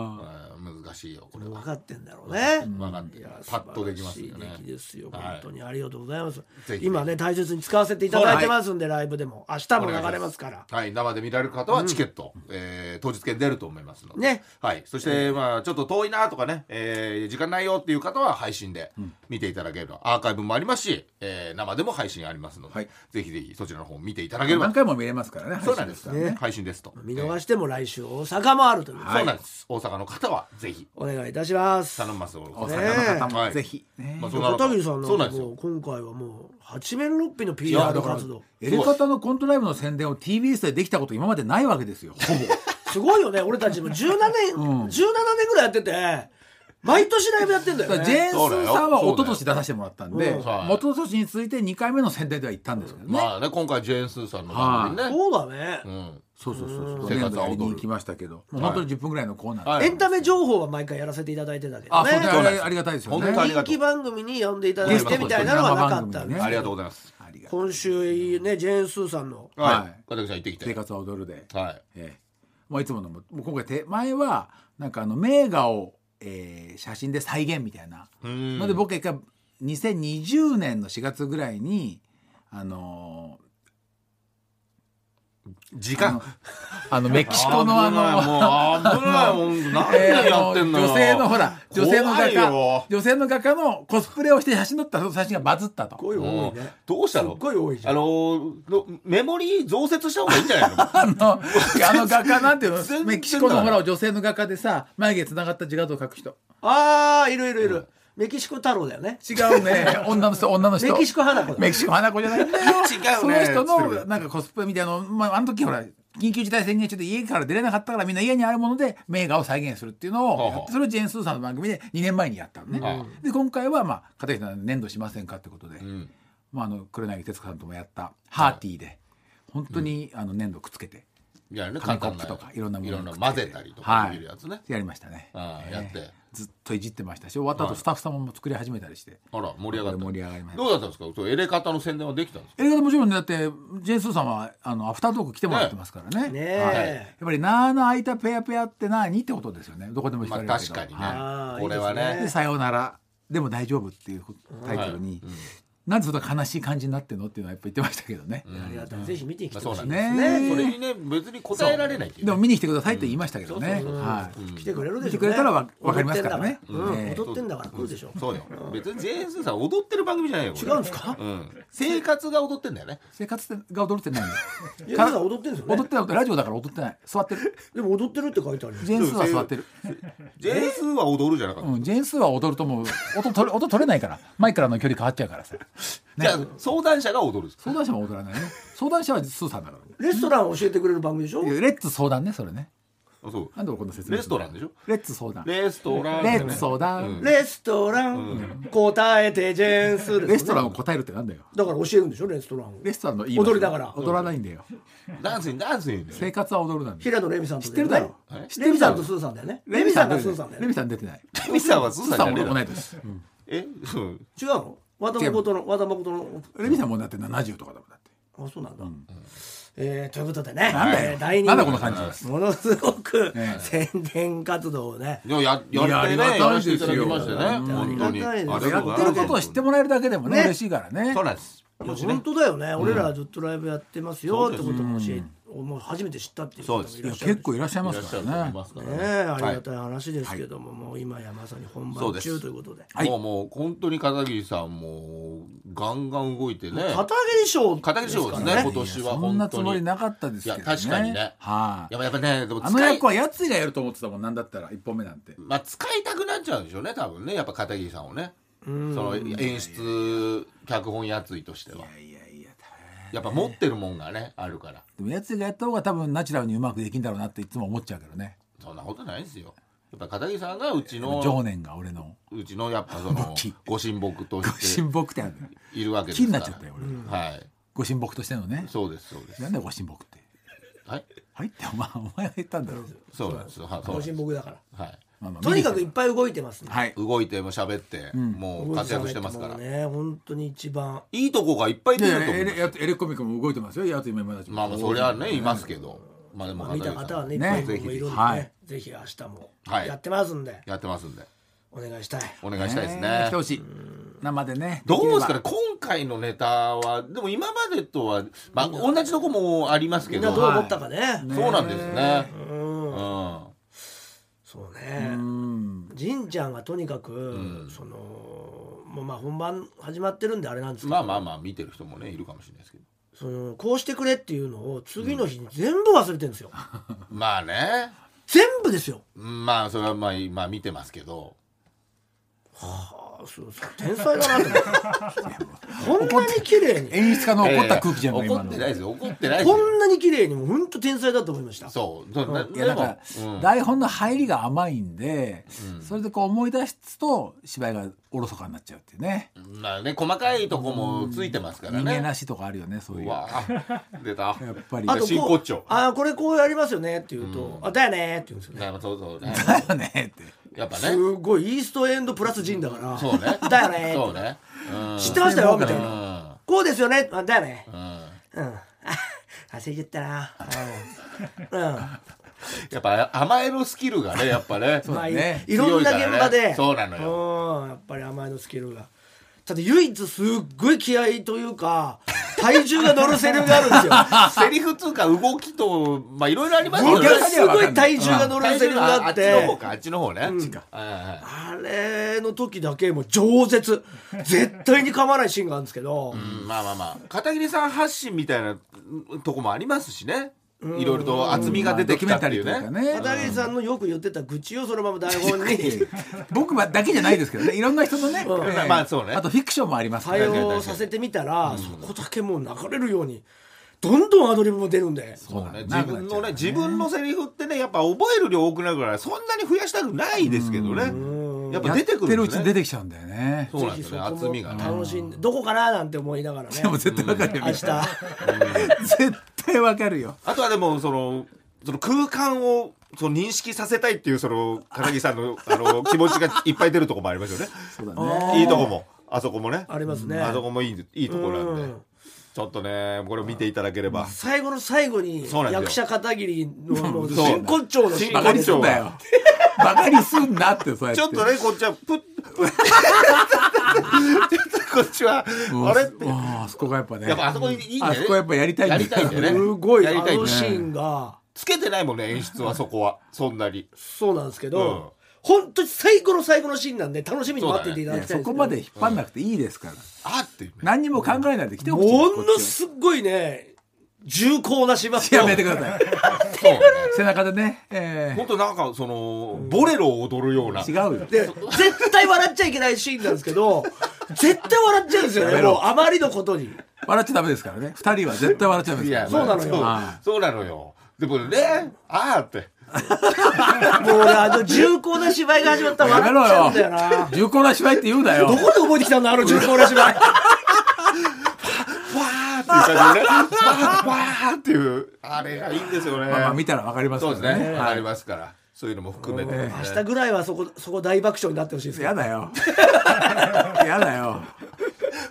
[SPEAKER 2] うん難しいよ、これ
[SPEAKER 1] 分
[SPEAKER 2] は。
[SPEAKER 1] かってんだろうね、
[SPEAKER 2] 分かってる
[SPEAKER 1] いや
[SPEAKER 2] パッとできますよ
[SPEAKER 1] 素晴
[SPEAKER 2] ね
[SPEAKER 1] らしい出来ですよ
[SPEAKER 2] はい
[SPEAKER 1] 本当にありがとうございます、
[SPEAKER 2] ぜひ
[SPEAKER 1] 今ね大切に使わせていただいてますんで、ライブでも明日も流れますから
[SPEAKER 2] はい、生で見られる方はチケット、えー当日券出ると思いますので、
[SPEAKER 1] ね
[SPEAKER 2] はい、そして、まあちょっと遠いなとかね、えー時間ないよっていう方は配信で見ていただければ、アーカイブもありますし、えー生でも配信ありますので、
[SPEAKER 3] はい
[SPEAKER 2] ぜひぜひそちらの方見ていただければ
[SPEAKER 3] 何回も見れますからね。
[SPEAKER 2] そうなんです
[SPEAKER 3] 配信からね。
[SPEAKER 2] 配信ですと、
[SPEAKER 1] 見逃しても来週大阪もあるということで、
[SPEAKER 2] そうなんです大阪の方はぜひ
[SPEAKER 1] お願いいたします
[SPEAKER 2] 頼みます大
[SPEAKER 3] 大
[SPEAKER 1] ね
[SPEAKER 3] 阪の方
[SPEAKER 2] は
[SPEAKER 3] も
[SPEAKER 2] い
[SPEAKER 3] ぜひ。ね
[SPEAKER 2] まあそうなのか
[SPEAKER 1] 片桐さんな
[SPEAKER 2] そうんなん
[SPEAKER 1] か
[SPEAKER 2] ですよ
[SPEAKER 1] もう今回はもう八面六臂の
[SPEAKER 2] いや
[SPEAKER 1] PR
[SPEAKER 2] だから
[SPEAKER 1] 活動
[SPEAKER 3] エレカタのコントライブの宣伝を TBS でできたこと今までないわけですよ。ほぼ。
[SPEAKER 1] すごいよね俺たちも17年、17年ぐらいやってて毎年ライブやってんだ
[SPEAKER 3] だか
[SPEAKER 1] よ
[SPEAKER 3] ら
[SPEAKER 1] ね
[SPEAKER 3] ジェーンスーさんは
[SPEAKER 2] そうだ
[SPEAKER 3] 一
[SPEAKER 2] よ
[SPEAKER 3] 昨年出させてもらったんで、
[SPEAKER 1] うん
[SPEAKER 2] はい
[SPEAKER 3] 元の年に続いて2回目の宣伝では行ったんですけどね。
[SPEAKER 2] まあね今回ジェーンスーさんの番組ね、
[SPEAKER 1] そうだね、
[SPEAKER 2] うん、
[SPEAKER 3] そうそうそうそう。
[SPEAKER 2] 生
[SPEAKER 3] 年
[SPEAKER 2] 活
[SPEAKER 3] 度
[SPEAKER 2] は
[SPEAKER 3] や
[SPEAKER 2] 踊
[SPEAKER 3] り
[SPEAKER 2] る
[SPEAKER 3] に行きましたけど、もう本当に10分ぐらいのコーナーで。
[SPEAKER 2] はい
[SPEAKER 1] エンタメ情報は毎回やらせていただいてたけど
[SPEAKER 2] あ
[SPEAKER 1] ね
[SPEAKER 2] そう
[SPEAKER 3] 本
[SPEAKER 2] だ
[SPEAKER 3] 当にあれありがたいですよ
[SPEAKER 2] 本当に
[SPEAKER 3] ね。
[SPEAKER 2] ありが
[SPEAKER 1] 人
[SPEAKER 2] とう
[SPEAKER 1] 気番組に呼んでいただいてみたいなのはなかったんで
[SPEAKER 3] ね
[SPEAKER 2] ありがとうございます
[SPEAKER 3] ありがとう。
[SPEAKER 1] 今週ねジェーン・スーさんの
[SPEAKER 2] はい、
[SPEAKER 3] はい
[SPEAKER 2] 片桐さん行ってき
[SPEAKER 3] 生
[SPEAKER 2] て
[SPEAKER 3] 活は踊るで。
[SPEAKER 2] はい
[SPEAKER 3] ええもういつものも、もう今回手前は、なんかあの名画を、えー写真で再現みたいな。
[SPEAKER 2] うん
[SPEAKER 3] ので僕は一回2020年の4月ぐらいに、あのー
[SPEAKER 2] 時間
[SPEAKER 3] あのメキシコのあの
[SPEAKER 2] の危ないもう危ないもん何年
[SPEAKER 3] えー
[SPEAKER 2] や
[SPEAKER 3] あ
[SPEAKER 2] ってんのよ
[SPEAKER 3] 女性のほら女性の
[SPEAKER 2] 怖
[SPEAKER 3] 画
[SPEAKER 2] い
[SPEAKER 3] 家
[SPEAKER 2] よ
[SPEAKER 3] 女性の画家のコスプレをして写真だったらその写真がバズったと
[SPEAKER 1] すごい多いね
[SPEAKER 2] どうし
[SPEAKER 1] す
[SPEAKER 2] た
[SPEAKER 1] っ
[SPEAKER 2] の
[SPEAKER 1] ごい多いじゃ
[SPEAKER 2] あ
[SPEAKER 1] ん
[SPEAKER 2] のーのメモリー増設した方がいいんじゃないの
[SPEAKER 3] あのあの画家なんていう
[SPEAKER 2] 全然
[SPEAKER 3] のメキシコのほら女性の画家でさ眉毛つながった自画像を描く人
[SPEAKER 1] あーいるいるいるメキシコ太郎だよね
[SPEAKER 3] 違 うね女の人女の人
[SPEAKER 1] メキシコ花子だ
[SPEAKER 3] メキシコ花子じゃないんだよ
[SPEAKER 2] 違うね
[SPEAKER 3] その人
[SPEAKER 2] つって
[SPEAKER 3] の
[SPEAKER 2] る
[SPEAKER 3] なんかコスプレみたいなの、まあ、あの時ほら緊急事態宣言中で家から出れなかったからみんな家にあるもので名画を再現するっていうのをや
[SPEAKER 2] ほう
[SPEAKER 3] っ
[SPEAKER 2] ほ
[SPEAKER 3] て
[SPEAKER 2] う
[SPEAKER 3] それをジェーン・スーさんの番組で2年前にやったのね、
[SPEAKER 2] う
[SPEAKER 3] で今回は、まあ「片桐さん粘土しませんか?」ってことで、
[SPEAKER 2] ん
[SPEAKER 3] まあ、あの黒柳徹子さんともやった「ハーティーで」本当に、あの粘土くっつけて
[SPEAKER 2] いやね
[SPEAKER 3] 紙
[SPEAKER 2] 簡単
[SPEAKER 3] コッ
[SPEAKER 2] な
[SPEAKER 3] プとかいろんなもの
[SPEAKER 2] い
[SPEAKER 3] を
[SPEAKER 2] ろんな
[SPEAKER 3] くっ
[SPEAKER 2] 混
[SPEAKER 3] つけて
[SPEAKER 2] ぜたりとかできるやつね、
[SPEAKER 3] やりましたね、
[SPEAKER 2] ああやって
[SPEAKER 3] ずっといじってましたし終わった後スタッフさんも作り始めたりして、
[SPEAKER 2] あら盛り上がった
[SPEAKER 3] 盛り上がりました
[SPEAKER 2] どうだったんですかそうエレ方の宣伝はできたんですか
[SPEAKER 3] 映画でもちろんねだってジェーン・スーさんはあのアフタートーク来てもらってますからね
[SPEAKER 1] ね
[SPEAKER 3] はい
[SPEAKER 2] はい
[SPEAKER 1] え
[SPEAKER 3] やっぱりなあなあ空いたペアペアって何ってことですよねどこでも聞
[SPEAKER 2] ま
[SPEAKER 3] か
[SPEAKER 2] あ
[SPEAKER 3] れるけど
[SPEAKER 2] 確かにね、
[SPEAKER 1] あー
[SPEAKER 2] これはい
[SPEAKER 1] い
[SPEAKER 2] ね
[SPEAKER 1] です
[SPEAKER 3] でさようならでも大丈夫っていうタイトルに、なんでそんな悲しい感じになってんのっていうのはやっぱ言ってましたけどね、
[SPEAKER 1] ありがたいぜひ見てき
[SPEAKER 2] ま
[SPEAKER 1] て
[SPEAKER 2] あ、
[SPEAKER 1] ほ
[SPEAKER 2] そう
[SPEAKER 1] し
[SPEAKER 2] ないん
[SPEAKER 1] ね
[SPEAKER 2] ですねそ
[SPEAKER 3] ね
[SPEAKER 2] れにね別に答えられないっていう
[SPEAKER 3] でも見に来てくださいって言いましたけどね、
[SPEAKER 1] うん
[SPEAKER 3] はい、
[SPEAKER 1] 来てくれるでしょ
[SPEAKER 3] 来てくれたらわわかりますからね
[SPEAKER 1] うん
[SPEAKER 3] ええ
[SPEAKER 1] 踊ってんだから来るでしょ
[SPEAKER 2] そうよ別に JS さん踊ってる番組じゃないよこ
[SPEAKER 1] 違
[SPEAKER 2] れ
[SPEAKER 1] うんですか
[SPEAKER 2] うん生活が踊ってんだよね
[SPEAKER 3] 生活が踊るって何
[SPEAKER 1] いや皆さん踊ってんですよ
[SPEAKER 3] 踊っ
[SPEAKER 1] ね
[SPEAKER 3] てないラジオだから踊ってない座ってる
[SPEAKER 1] でも踊ってるって書いてあるよ
[SPEAKER 3] ジェーンスーは座ってる、
[SPEAKER 2] JS は踊るじゃなかった、
[SPEAKER 3] うん、ジェーンスーは踊るともう音取れ音取れないから前からの距離変わっちゃうからさ
[SPEAKER 2] じゃあ相談者が踊るんですか
[SPEAKER 3] 相談者も踊らないね相談者はスーさんだから
[SPEAKER 1] レストランを教えてくれる番組でしょ
[SPEAKER 3] いやレッツ相談ねそれね
[SPEAKER 2] あそう
[SPEAKER 3] なんで俺こんな説明
[SPEAKER 2] レストランでしょ
[SPEAKER 3] レッツ相談レ
[SPEAKER 2] レストラン、
[SPEAKER 3] ッツ相談、
[SPEAKER 1] レストラン答えてジェーンスーですよね
[SPEAKER 3] レストランを答えるってなんだよ
[SPEAKER 1] だから教えるんでしょレストランを
[SPEAKER 3] レストランの言い回し
[SPEAKER 1] 踊りだから
[SPEAKER 3] 踊らないんだよ
[SPEAKER 2] ダンスにダンスに
[SPEAKER 3] 生活は踊るなんだよ
[SPEAKER 1] 平野レミさんと知って
[SPEAKER 3] るだろ知って
[SPEAKER 1] レ
[SPEAKER 3] る
[SPEAKER 1] ミ
[SPEAKER 3] だ
[SPEAKER 1] さ
[SPEAKER 3] ろ
[SPEAKER 1] んとスーさんだよねレミさんがスーさんだよ
[SPEAKER 3] レ
[SPEAKER 1] ね
[SPEAKER 3] ミさん出てない
[SPEAKER 2] レミさんはス
[SPEAKER 3] スー
[SPEAKER 2] ー
[SPEAKER 3] さ
[SPEAKER 2] さ
[SPEAKER 3] ん
[SPEAKER 2] んじ
[SPEAKER 3] 俺
[SPEAKER 2] ゃ
[SPEAKER 3] 同
[SPEAKER 2] ね
[SPEAKER 3] い年うん
[SPEAKER 2] えだろ
[SPEAKER 1] 違うの和田誠の和田誠の
[SPEAKER 3] レミさんもだって70とかだもんだって
[SPEAKER 1] あそうなんだ、えーということでね
[SPEAKER 3] なんだ
[SPEAKER 1] えー
[SPEAKER 3] よ
[SPEAKER 1] 第二
[SPEAKER 3] なんだこの感じ
[SPEAKER 1] ものすごく
[SPEAKER 3] ええ
[SPEAKER 1] 宣伝活動をね
[SPEAKER 2] えでもやや
[SPEAKER 3] いや
[SPEAKER 2] っ
[SPEAKER 3] あ
[SPEAKER 2] て
[SPEAKER 3] り
[SPEAKER 2] ね
[SPEAKER 3] がたいです
[SPEAKER 2] やらせて
[SPEAKER 3] よ
[SPEAKER 2] いただきましてね本
[SPEAKER 1] あ
[SPEAKER 2] 当に
[SPEAKER 1] りがたいです
[SPEAKER 2] ありがとうご
[SPEAKER 3] やっ
[SPEAKER 2] ざ
[SPEAKER 3] て
[SPEAKER 2] いま
[SPEAKER 3] る
[SPEAKER 2] す
[SPEAKER 3] ことを知ってもらえるだけでもね
[SPEAKER 1] ね
[SPEAKER 3] 嬉しいからね
[SPEAKER 2] そうなんです
[SPEAKER 1] いや本当だよね、俺らはずっとライブやってますよってことも教え,、をもう初めて知ったっていう
[SPEAKER 2] そう
[SPEAKER 1] 方も
[SPEAKER 2] です
[SPEAKER 1] い
[SPEAKER 3] い
[SPEAKER 1] ら
[SPEAKER 3] や
[SPEAKER 1] っしゃる
[SPEAKER 3] 結構いらっしゃいま
[SPEAKER 2] いら
[SPEAKER 3] す
[SPEAKER 2] っし
[SPEAKER 3] か
[SPEAKER 2] ゃると思
[SPEAKER 3] ら
[SPEAKER 2] い
[SPEAKER 3] ね
[SPEAKER 2] ますから
[SPEAKER 1] ね
[SPEAKER 2] ね。
[SPEAKER 1] えあり
[SPEAKER 2] は
[SPEAKER 1] が
[SPEAKER 2] い
[SPEAKER 1] たい話ですけども、もう今やまさに本
[SPEAKER 2] そ
[SPEAKER 1] 番
[SPEAKER 2] うです
[SPEAKER 1] 中ということで
[SPEAKER 3] はい
[SPEAKER 2] もうもう本当に片桐さんもガンガン動いてね。
[SPEAKER 1] 片桐賞
[SPEAKER 2] 片桐賞ですね
[SPEAKER 1] から
[SPEAKER 2] 今年は本当に
[SPEAKER 3] いやそんなつもりなかったですけどね
[SPEAKER 2] いや確かにね
[SPEAKER 3] はい
[SPEAKER 2] やっぱやっぱねでも
[SPEAKER 3] あの
[SPEAKER 2] 使い
[SPEAKER 3] 役はやつがやると思ってたもんなんだったら一本目なんて
[SPEAKER 2] まあ使いたくなっちゃうんでしょうね多分ねやっぱ片桐さんをね。その演出脚本やついとしてはい
[SPEAKER 3] やいやいや
[SPEAKER 2] やっぱ持ってるもんがねあるから
[SPEAKER 3] でもやつがやった方が多分ナチュラルにうまくできんだろうなっていつも思っちゃうけどね
[SPEAKER 2] そんなことないですよ。やっぱ片桐さんがうちの
[SPEAKER 3] 情念が俺の
[SPEAKER 2] うちのやっぱその
[SPEAKER 3] 器
[SPEAKER 2] ご神木と
[SPEAKER 3] ご
[SPEAKER 2] して
[SPEAKER 3] 神木ってあるのよ
[SPEAKER 2] いるわけです
[SPEAKER 3] 木に
[SPEAKER 2] から。
[SPEAKER 3] なっちゃったよ俺
[SPEAKER 2] はい。
[SPEAKER 3] ご神木としてのね
[SPEAKER 2] そうですそうです
[SPEAKER 3] な。んだよご神木って
[SPEAKER 2] はい。
[SPEAKER 3] はいってお前お前が言ったんだろ
[SPEAKER 2] そうなんです。はい。そう
[SPEAKER 1] ご
[SPEAKER 2] なんで
[SPEAKER 1] 神
[SPEAKER 2] す
[SPEAKER 1] 木だから
[SPEAKER 2] はい。
[SPEAKER 3] まあまあ
[SPEAKER 1] とにかくいっぱい動いてますね、
[SPEAKER 3] はい
[SPEAKER 2] 動いても喋って、もう
[SPEAKER 1] 動い
[SPEAKER 2] 活
[SPEAKER 1] て
[SPEAKER 2] 躍してますから、
[SPEAKER 1] もうね本当に一番
[SPEAKER 2] いいとこがいっぱい
[SPEAKER 3] い
[SPEAKER 2] 出
[SPEAKER 3] や
[SPEAKER 2] ると思う
[SPEAKER 3] いやエレエレコミックも動いてますよやつ今まで
[SPEAKER 2] まあまあそりゃねいますけどまあでも
[SPEAKER 1] 見た方はねいっ
[SPEAKER 3] ね
[SPEAKER 1] ぱい僕もいるんでね、
[SPEAKER 3] はい
[SPEAKER 1] ぜひ明日も
[SPEAKER 2] はい
[SPEAKER 1] やってますんで、
[SPEAKER 2] やってますんで
[SPEAKER 1] お願いしたい
[SPEAKER 2] お願いしたいですね、
[SPEAKER 3] 来てほしい生でね
[SPEAKER 2] どうですか
[SPEAKER 3] きれ
[SPEAKER 2] ね今回のネタはでも今までとは、まあ、同じとこもありますけ
[SPEAKER 1] みん
[SPEAKER 2] ど
[SPEAKER 1] などう思ったかね、
[SPEAKER 3] ね
[SPEAKER 2] そうなんですね
[SPEAKER 1] うん
[SPEAKER 2] うん
[SPEAKER 1] そう
[SPEAKER 3] ば
[SPEAKER 1] ね
[SPEAKER 3] うん
[SPEAKER 1] 仁ちゃんがとにかく、そのもうまあ本番始まってるんであれなんですけど、
[SPEAKER 2] まあまあまあ見てる人もねいるかもしれないですけど
[SPEAKER 1] そのこうしてくれっていうのを次の日に全部忘れてるん ですよ、
[SPEAKER 2] まあね
[SPEAKER 1] 全部ですよ
[SPEAKER 2] まあそれはまあまあ見てますけど
[SPEAKER 1] あそうそう天才だなと 思ってこんなに綺麗に
[SPEAKER 3] 演出家の怒った空気じゃ
[SPEAKER 2] い
[SPEAKER 3] な
[SPEAKER 2] や
[SPEAKER 3] い
[SPEAKER 2] いや
[SPEAKER 3] 今
[SPEAKER 2] 怒っ
[SPEAKER 3] の
[SPEAKER 2] てないですよ怒ってないです
[SPEAKER 1] こ
[SPEAKER 2] よ
[SPEAKER 1] んなに綺麗にもう本当天才だと思いました
[SPEAKER 2] そうそうない
[SPEAKER 3] やだか
[SPEAKER 2] でもう
[SPEAKER 3] ら
[SPEAKER 2] ん
[SPEAKER 3] 台本の入りが甘いんでそれでこう思い出すと芝居がおろそかになっちゃうっていうね
[SPEAKER 2] まあね、細かいとこもついてますから
[SPEAKER 3] 人間
[SPEAKER 2] ね。
[SPEAKER 3] らしいとこあるよねそういう
[SPEAKER 2] う
[SPEAKER 3] や
[SPEAKER 2] わあ、出た。
[SPEAKER 3] っぱり
[SPEAKER 1] あと
[SPEAKER 2] 真
[SPEAKER 1] こ
[SPEAKER 2] 骨
[SPEAKER 1] う
[SPEAKER 2] 頂
[SPEAKER 1] 「あーこれこうやりますよね」って言うと「あだよね」って言うんですよね
[SPEAKER 2] なそうそう、ね、
[SPEAKER 3] だよねって
[SPEAKER 2] やっぱ
[SPEAKER 1] す
[SPEAKER 2] ね。
[SPEAKER 1] ごいイーストエンドプラスジンだから
[SPEAKER 2] そうね。
[SPEAKER 1] だよね
[SPEAKER 2] そうね。うん。。
[SPEAKER 1] 知ってましたよみたいうなんこうですよねあだよね
[SPEAKER 2] うん。
[SPEAKER 1] うんあ焦っちゃったなう
[SPEAKER 2] やっぱ甘えのスキルがね、やっぱね。
[SPEAKER 1] んまあい
[SPEAKER 3] ね
[SPEAKER 1] いろんな
[SPEAKER 2] 強いから
[SPEAKER 1] 現
[SPEAKER 2] ね
[SPEAKER 1] 場で
[SPEAKER 2] そうなの
[SPEAKER 1] よやっぱり甘えのスキルがただ唯一すっごい気合という か体重が乗るセリフがあるんですよ
[SPEAKER 2] セリフ通か動きと、まあいろいろあります
[SPEAKER 1] も
[SPEAKER 2] よ
[SPEAKER 1] の
[SPEAKER 2] ね。
[SPEAKER 1] すごい体重が乗るセリフがあ
[SPEAKER 2] あ
[SPEAKER 1] っ
[SPEAKER 2] ってちの方か、あっちの方ね。あっちか。は
[SPEAKER 1] あれの時だけもう饒舌絶対に噛まないシーンがあるんですけど、
[SPEAKER 2] いうんまあまあまあ、片桐さん発信みたいなうんとこもありますしね。いろいろと厚みが出てきたっていう
[SPEAKER 3] まあドキュメンタリーとい
[SPEAKER 2] ね。
[SPEAKER 3] うかね
[SPEAKER 1] 片桐さんのよく言ってた愚痴をそのまま台 本に
[SPEAKER 3] 僕はだけじゃないですけどねいろんな人のね、
[SPEAKER 1] うん
[SPEAKER 3] ええ
[SPEAKER 2] まあそうね
[SPEAKER 3] あとフィクションもありますか
[SPEAKER 1] 対
[SPEAKER 3] ら、
[SPEAKER 2] はい
[SPEAKER 1] 応させてみたら、そこだけもう流れるようにどんどんアドリブも出るんで
[SPEAKER 2] そうね、自
[SPEAKER 3] そうなんだ
[SPEAKER 2] 分のね自分のセリフってねやっぱ覚える量多くなるからそんなに増やしたくないですけどねやっぱ出てく
[SPEAKER 3] やって
[SPEAKER 2] るん
[SPEAKER 3] る
[SPEAKER 2] で
[SPEAKER 3] うち
[SPEAKER 2] す
[SPEAKER 3] に
[SPEAKER 2] ね
[SPEAKER 3] 出てきちゃうんだよね
[SPEAKER 2] そうなんですよね
[SPEAKER 1] ぜひそこ
[SPEAKER 2] 厚
[SPEAKER 1] も
[SPEAKER 2] みがね
[SPEAKER 1] 楽しんでどこかななんて思いながらね
[SPEAKER 3] でも絶対わかるよ、
[SPEAKER 1] 明日
[SPEAKER 3] 絶対わかるよ
[SPEAKER 2] あとはでもそのその空間をその認識させたいっていうその片桐さんのあの気持ちがいっぱい出るとこもありますよ
[SPEAKER 3] そうだね
[SPEAKER 1] あー
[SPEAKER 2] ねいいとこもあそこもね
[SPEAKER 1] ありますね
[SPEAKER 2] あそこもいいいいとこなんで
[SPEAKER 1] うん
[SPEAKER 2] ちょっとねこれを見ていただければ
[SPEAKER 1] 最後の最後に
[SPEAKER 2] そうなんですよ
[SPEAKER 1] 役者片桐のもう
[SPEAKER 2] そう
[SPEAKER 1] 真骨頂のシーン
[SPEAKER 3] バ
[SPEAKER 2] 真
[SPEAKER 3] カ
[SPEAKER 2] 骨頂
[SPEAKER 3] にすんなよバカにすんなってそうやって
[SPEAKER 2] ちょっとねこっちはプップッちょっとこっちは
[SPEAKER 3] うん
[SPEAKER 2] あれって
[SPEAKER 3] あそこがやっぱね
[SPEAKER 2] やっぱあそこいいんだよ
[SPEAKER 3] あ
[SPEAKER 2] ね
[SPEAKER 3] そこやっぱやりたいんだ
[SPEAKER 2] や
[SPEAKER 3] よ
[SPEAKER 2] りたいんだよね
[SPEAKER 1] すごい
[SPEAKER 2] や
[SPEAKER 1] あ
[SPEAKER 2] りたいね
[SPEAKER 1] のシーンが
[SPEAKER 2] つけてないもんね演出はそこはそんなに
[SPEAKER 1] そうなんですけ
[SPEAKER 2] うん
[SPEAKER 1] ど本当に最後の最後のシーンなんで楽しみに待っていていただ
[SPEAKER 3] い
[SPEAKER 1] き
[SPEAKER 3] や
[SPEAKER 1] たい
[SPEAKER 3] そ
[SPEAKER 1] んですけ
[SPEAKER 3] こ
[SPEAKER 1] ど
[SPEAKER 3] まで引っ張んなくていいですから、
[SPEAKER 2] あっていうね
[SPEAKER 3] 何にも考えないで来てほしい
[SPEAKER 1] も
[SPEAKER 3] こっ
[SPEAKER 1] の
[SPEAKER 3] ち
[SPEAKER 1] すっごいね重厚な始末を
[SPEAKER 3] はやめてください
[SPEAKER 2] そうね
[SPEAKER 3] 背中でね、え
[SPEAKER 2] 本当なんかそのボレロを踊るような
[SPEAKER 3] ー、違うよ
[SPEAKER 1] で絶対笑っちゃいけないシーンなんですけど絶対笑っちゃうんですよねもうあまりのことに
[SPEAKER 3] 笑っちゃダメですからね二人は絶対笑っちゃダメ
[SPEAKER 2] い
[SPEAKER 3] ですから
[SPEAKER 1] そうな
[SPEAKER 2] や
[SPEAKER 1] のよ
[SPEAKER 2] まあそうそうなのよでもねあーって
[SPEAKER 1] もう俺あの重厚な芝居が始まったら
[SPEAKER 3] やめ
[SPEAKER 1] 笑
[SPEAKER 3] ろ
[SPEAKER 1] っちゃうんだよ
[SPEAKER 3] よ
[SPEAKER 1] な
[SPEAKER 3] 重厚な芝居って言うなよ
[SPEAKER 1] どこで覚えてきたんだあの重厚な芝居
[SPEAKER 2] わーっていう感じでねわーっていうあれがいいんですよね
[SPEAKER 3] まあまあ見たらわかります
[SPEAKER 2] そう
[SPEAKER 3] か
[SPEAKER 2] です
[SPEAKER 3] らね
[SPEAKER 2] ねありますからそういうのも含めてね
[SPEAKER 1] 明日ぐらいはそこそこ大爆笑になってほしいですけど
[SPEAKER 3] やだよやだよ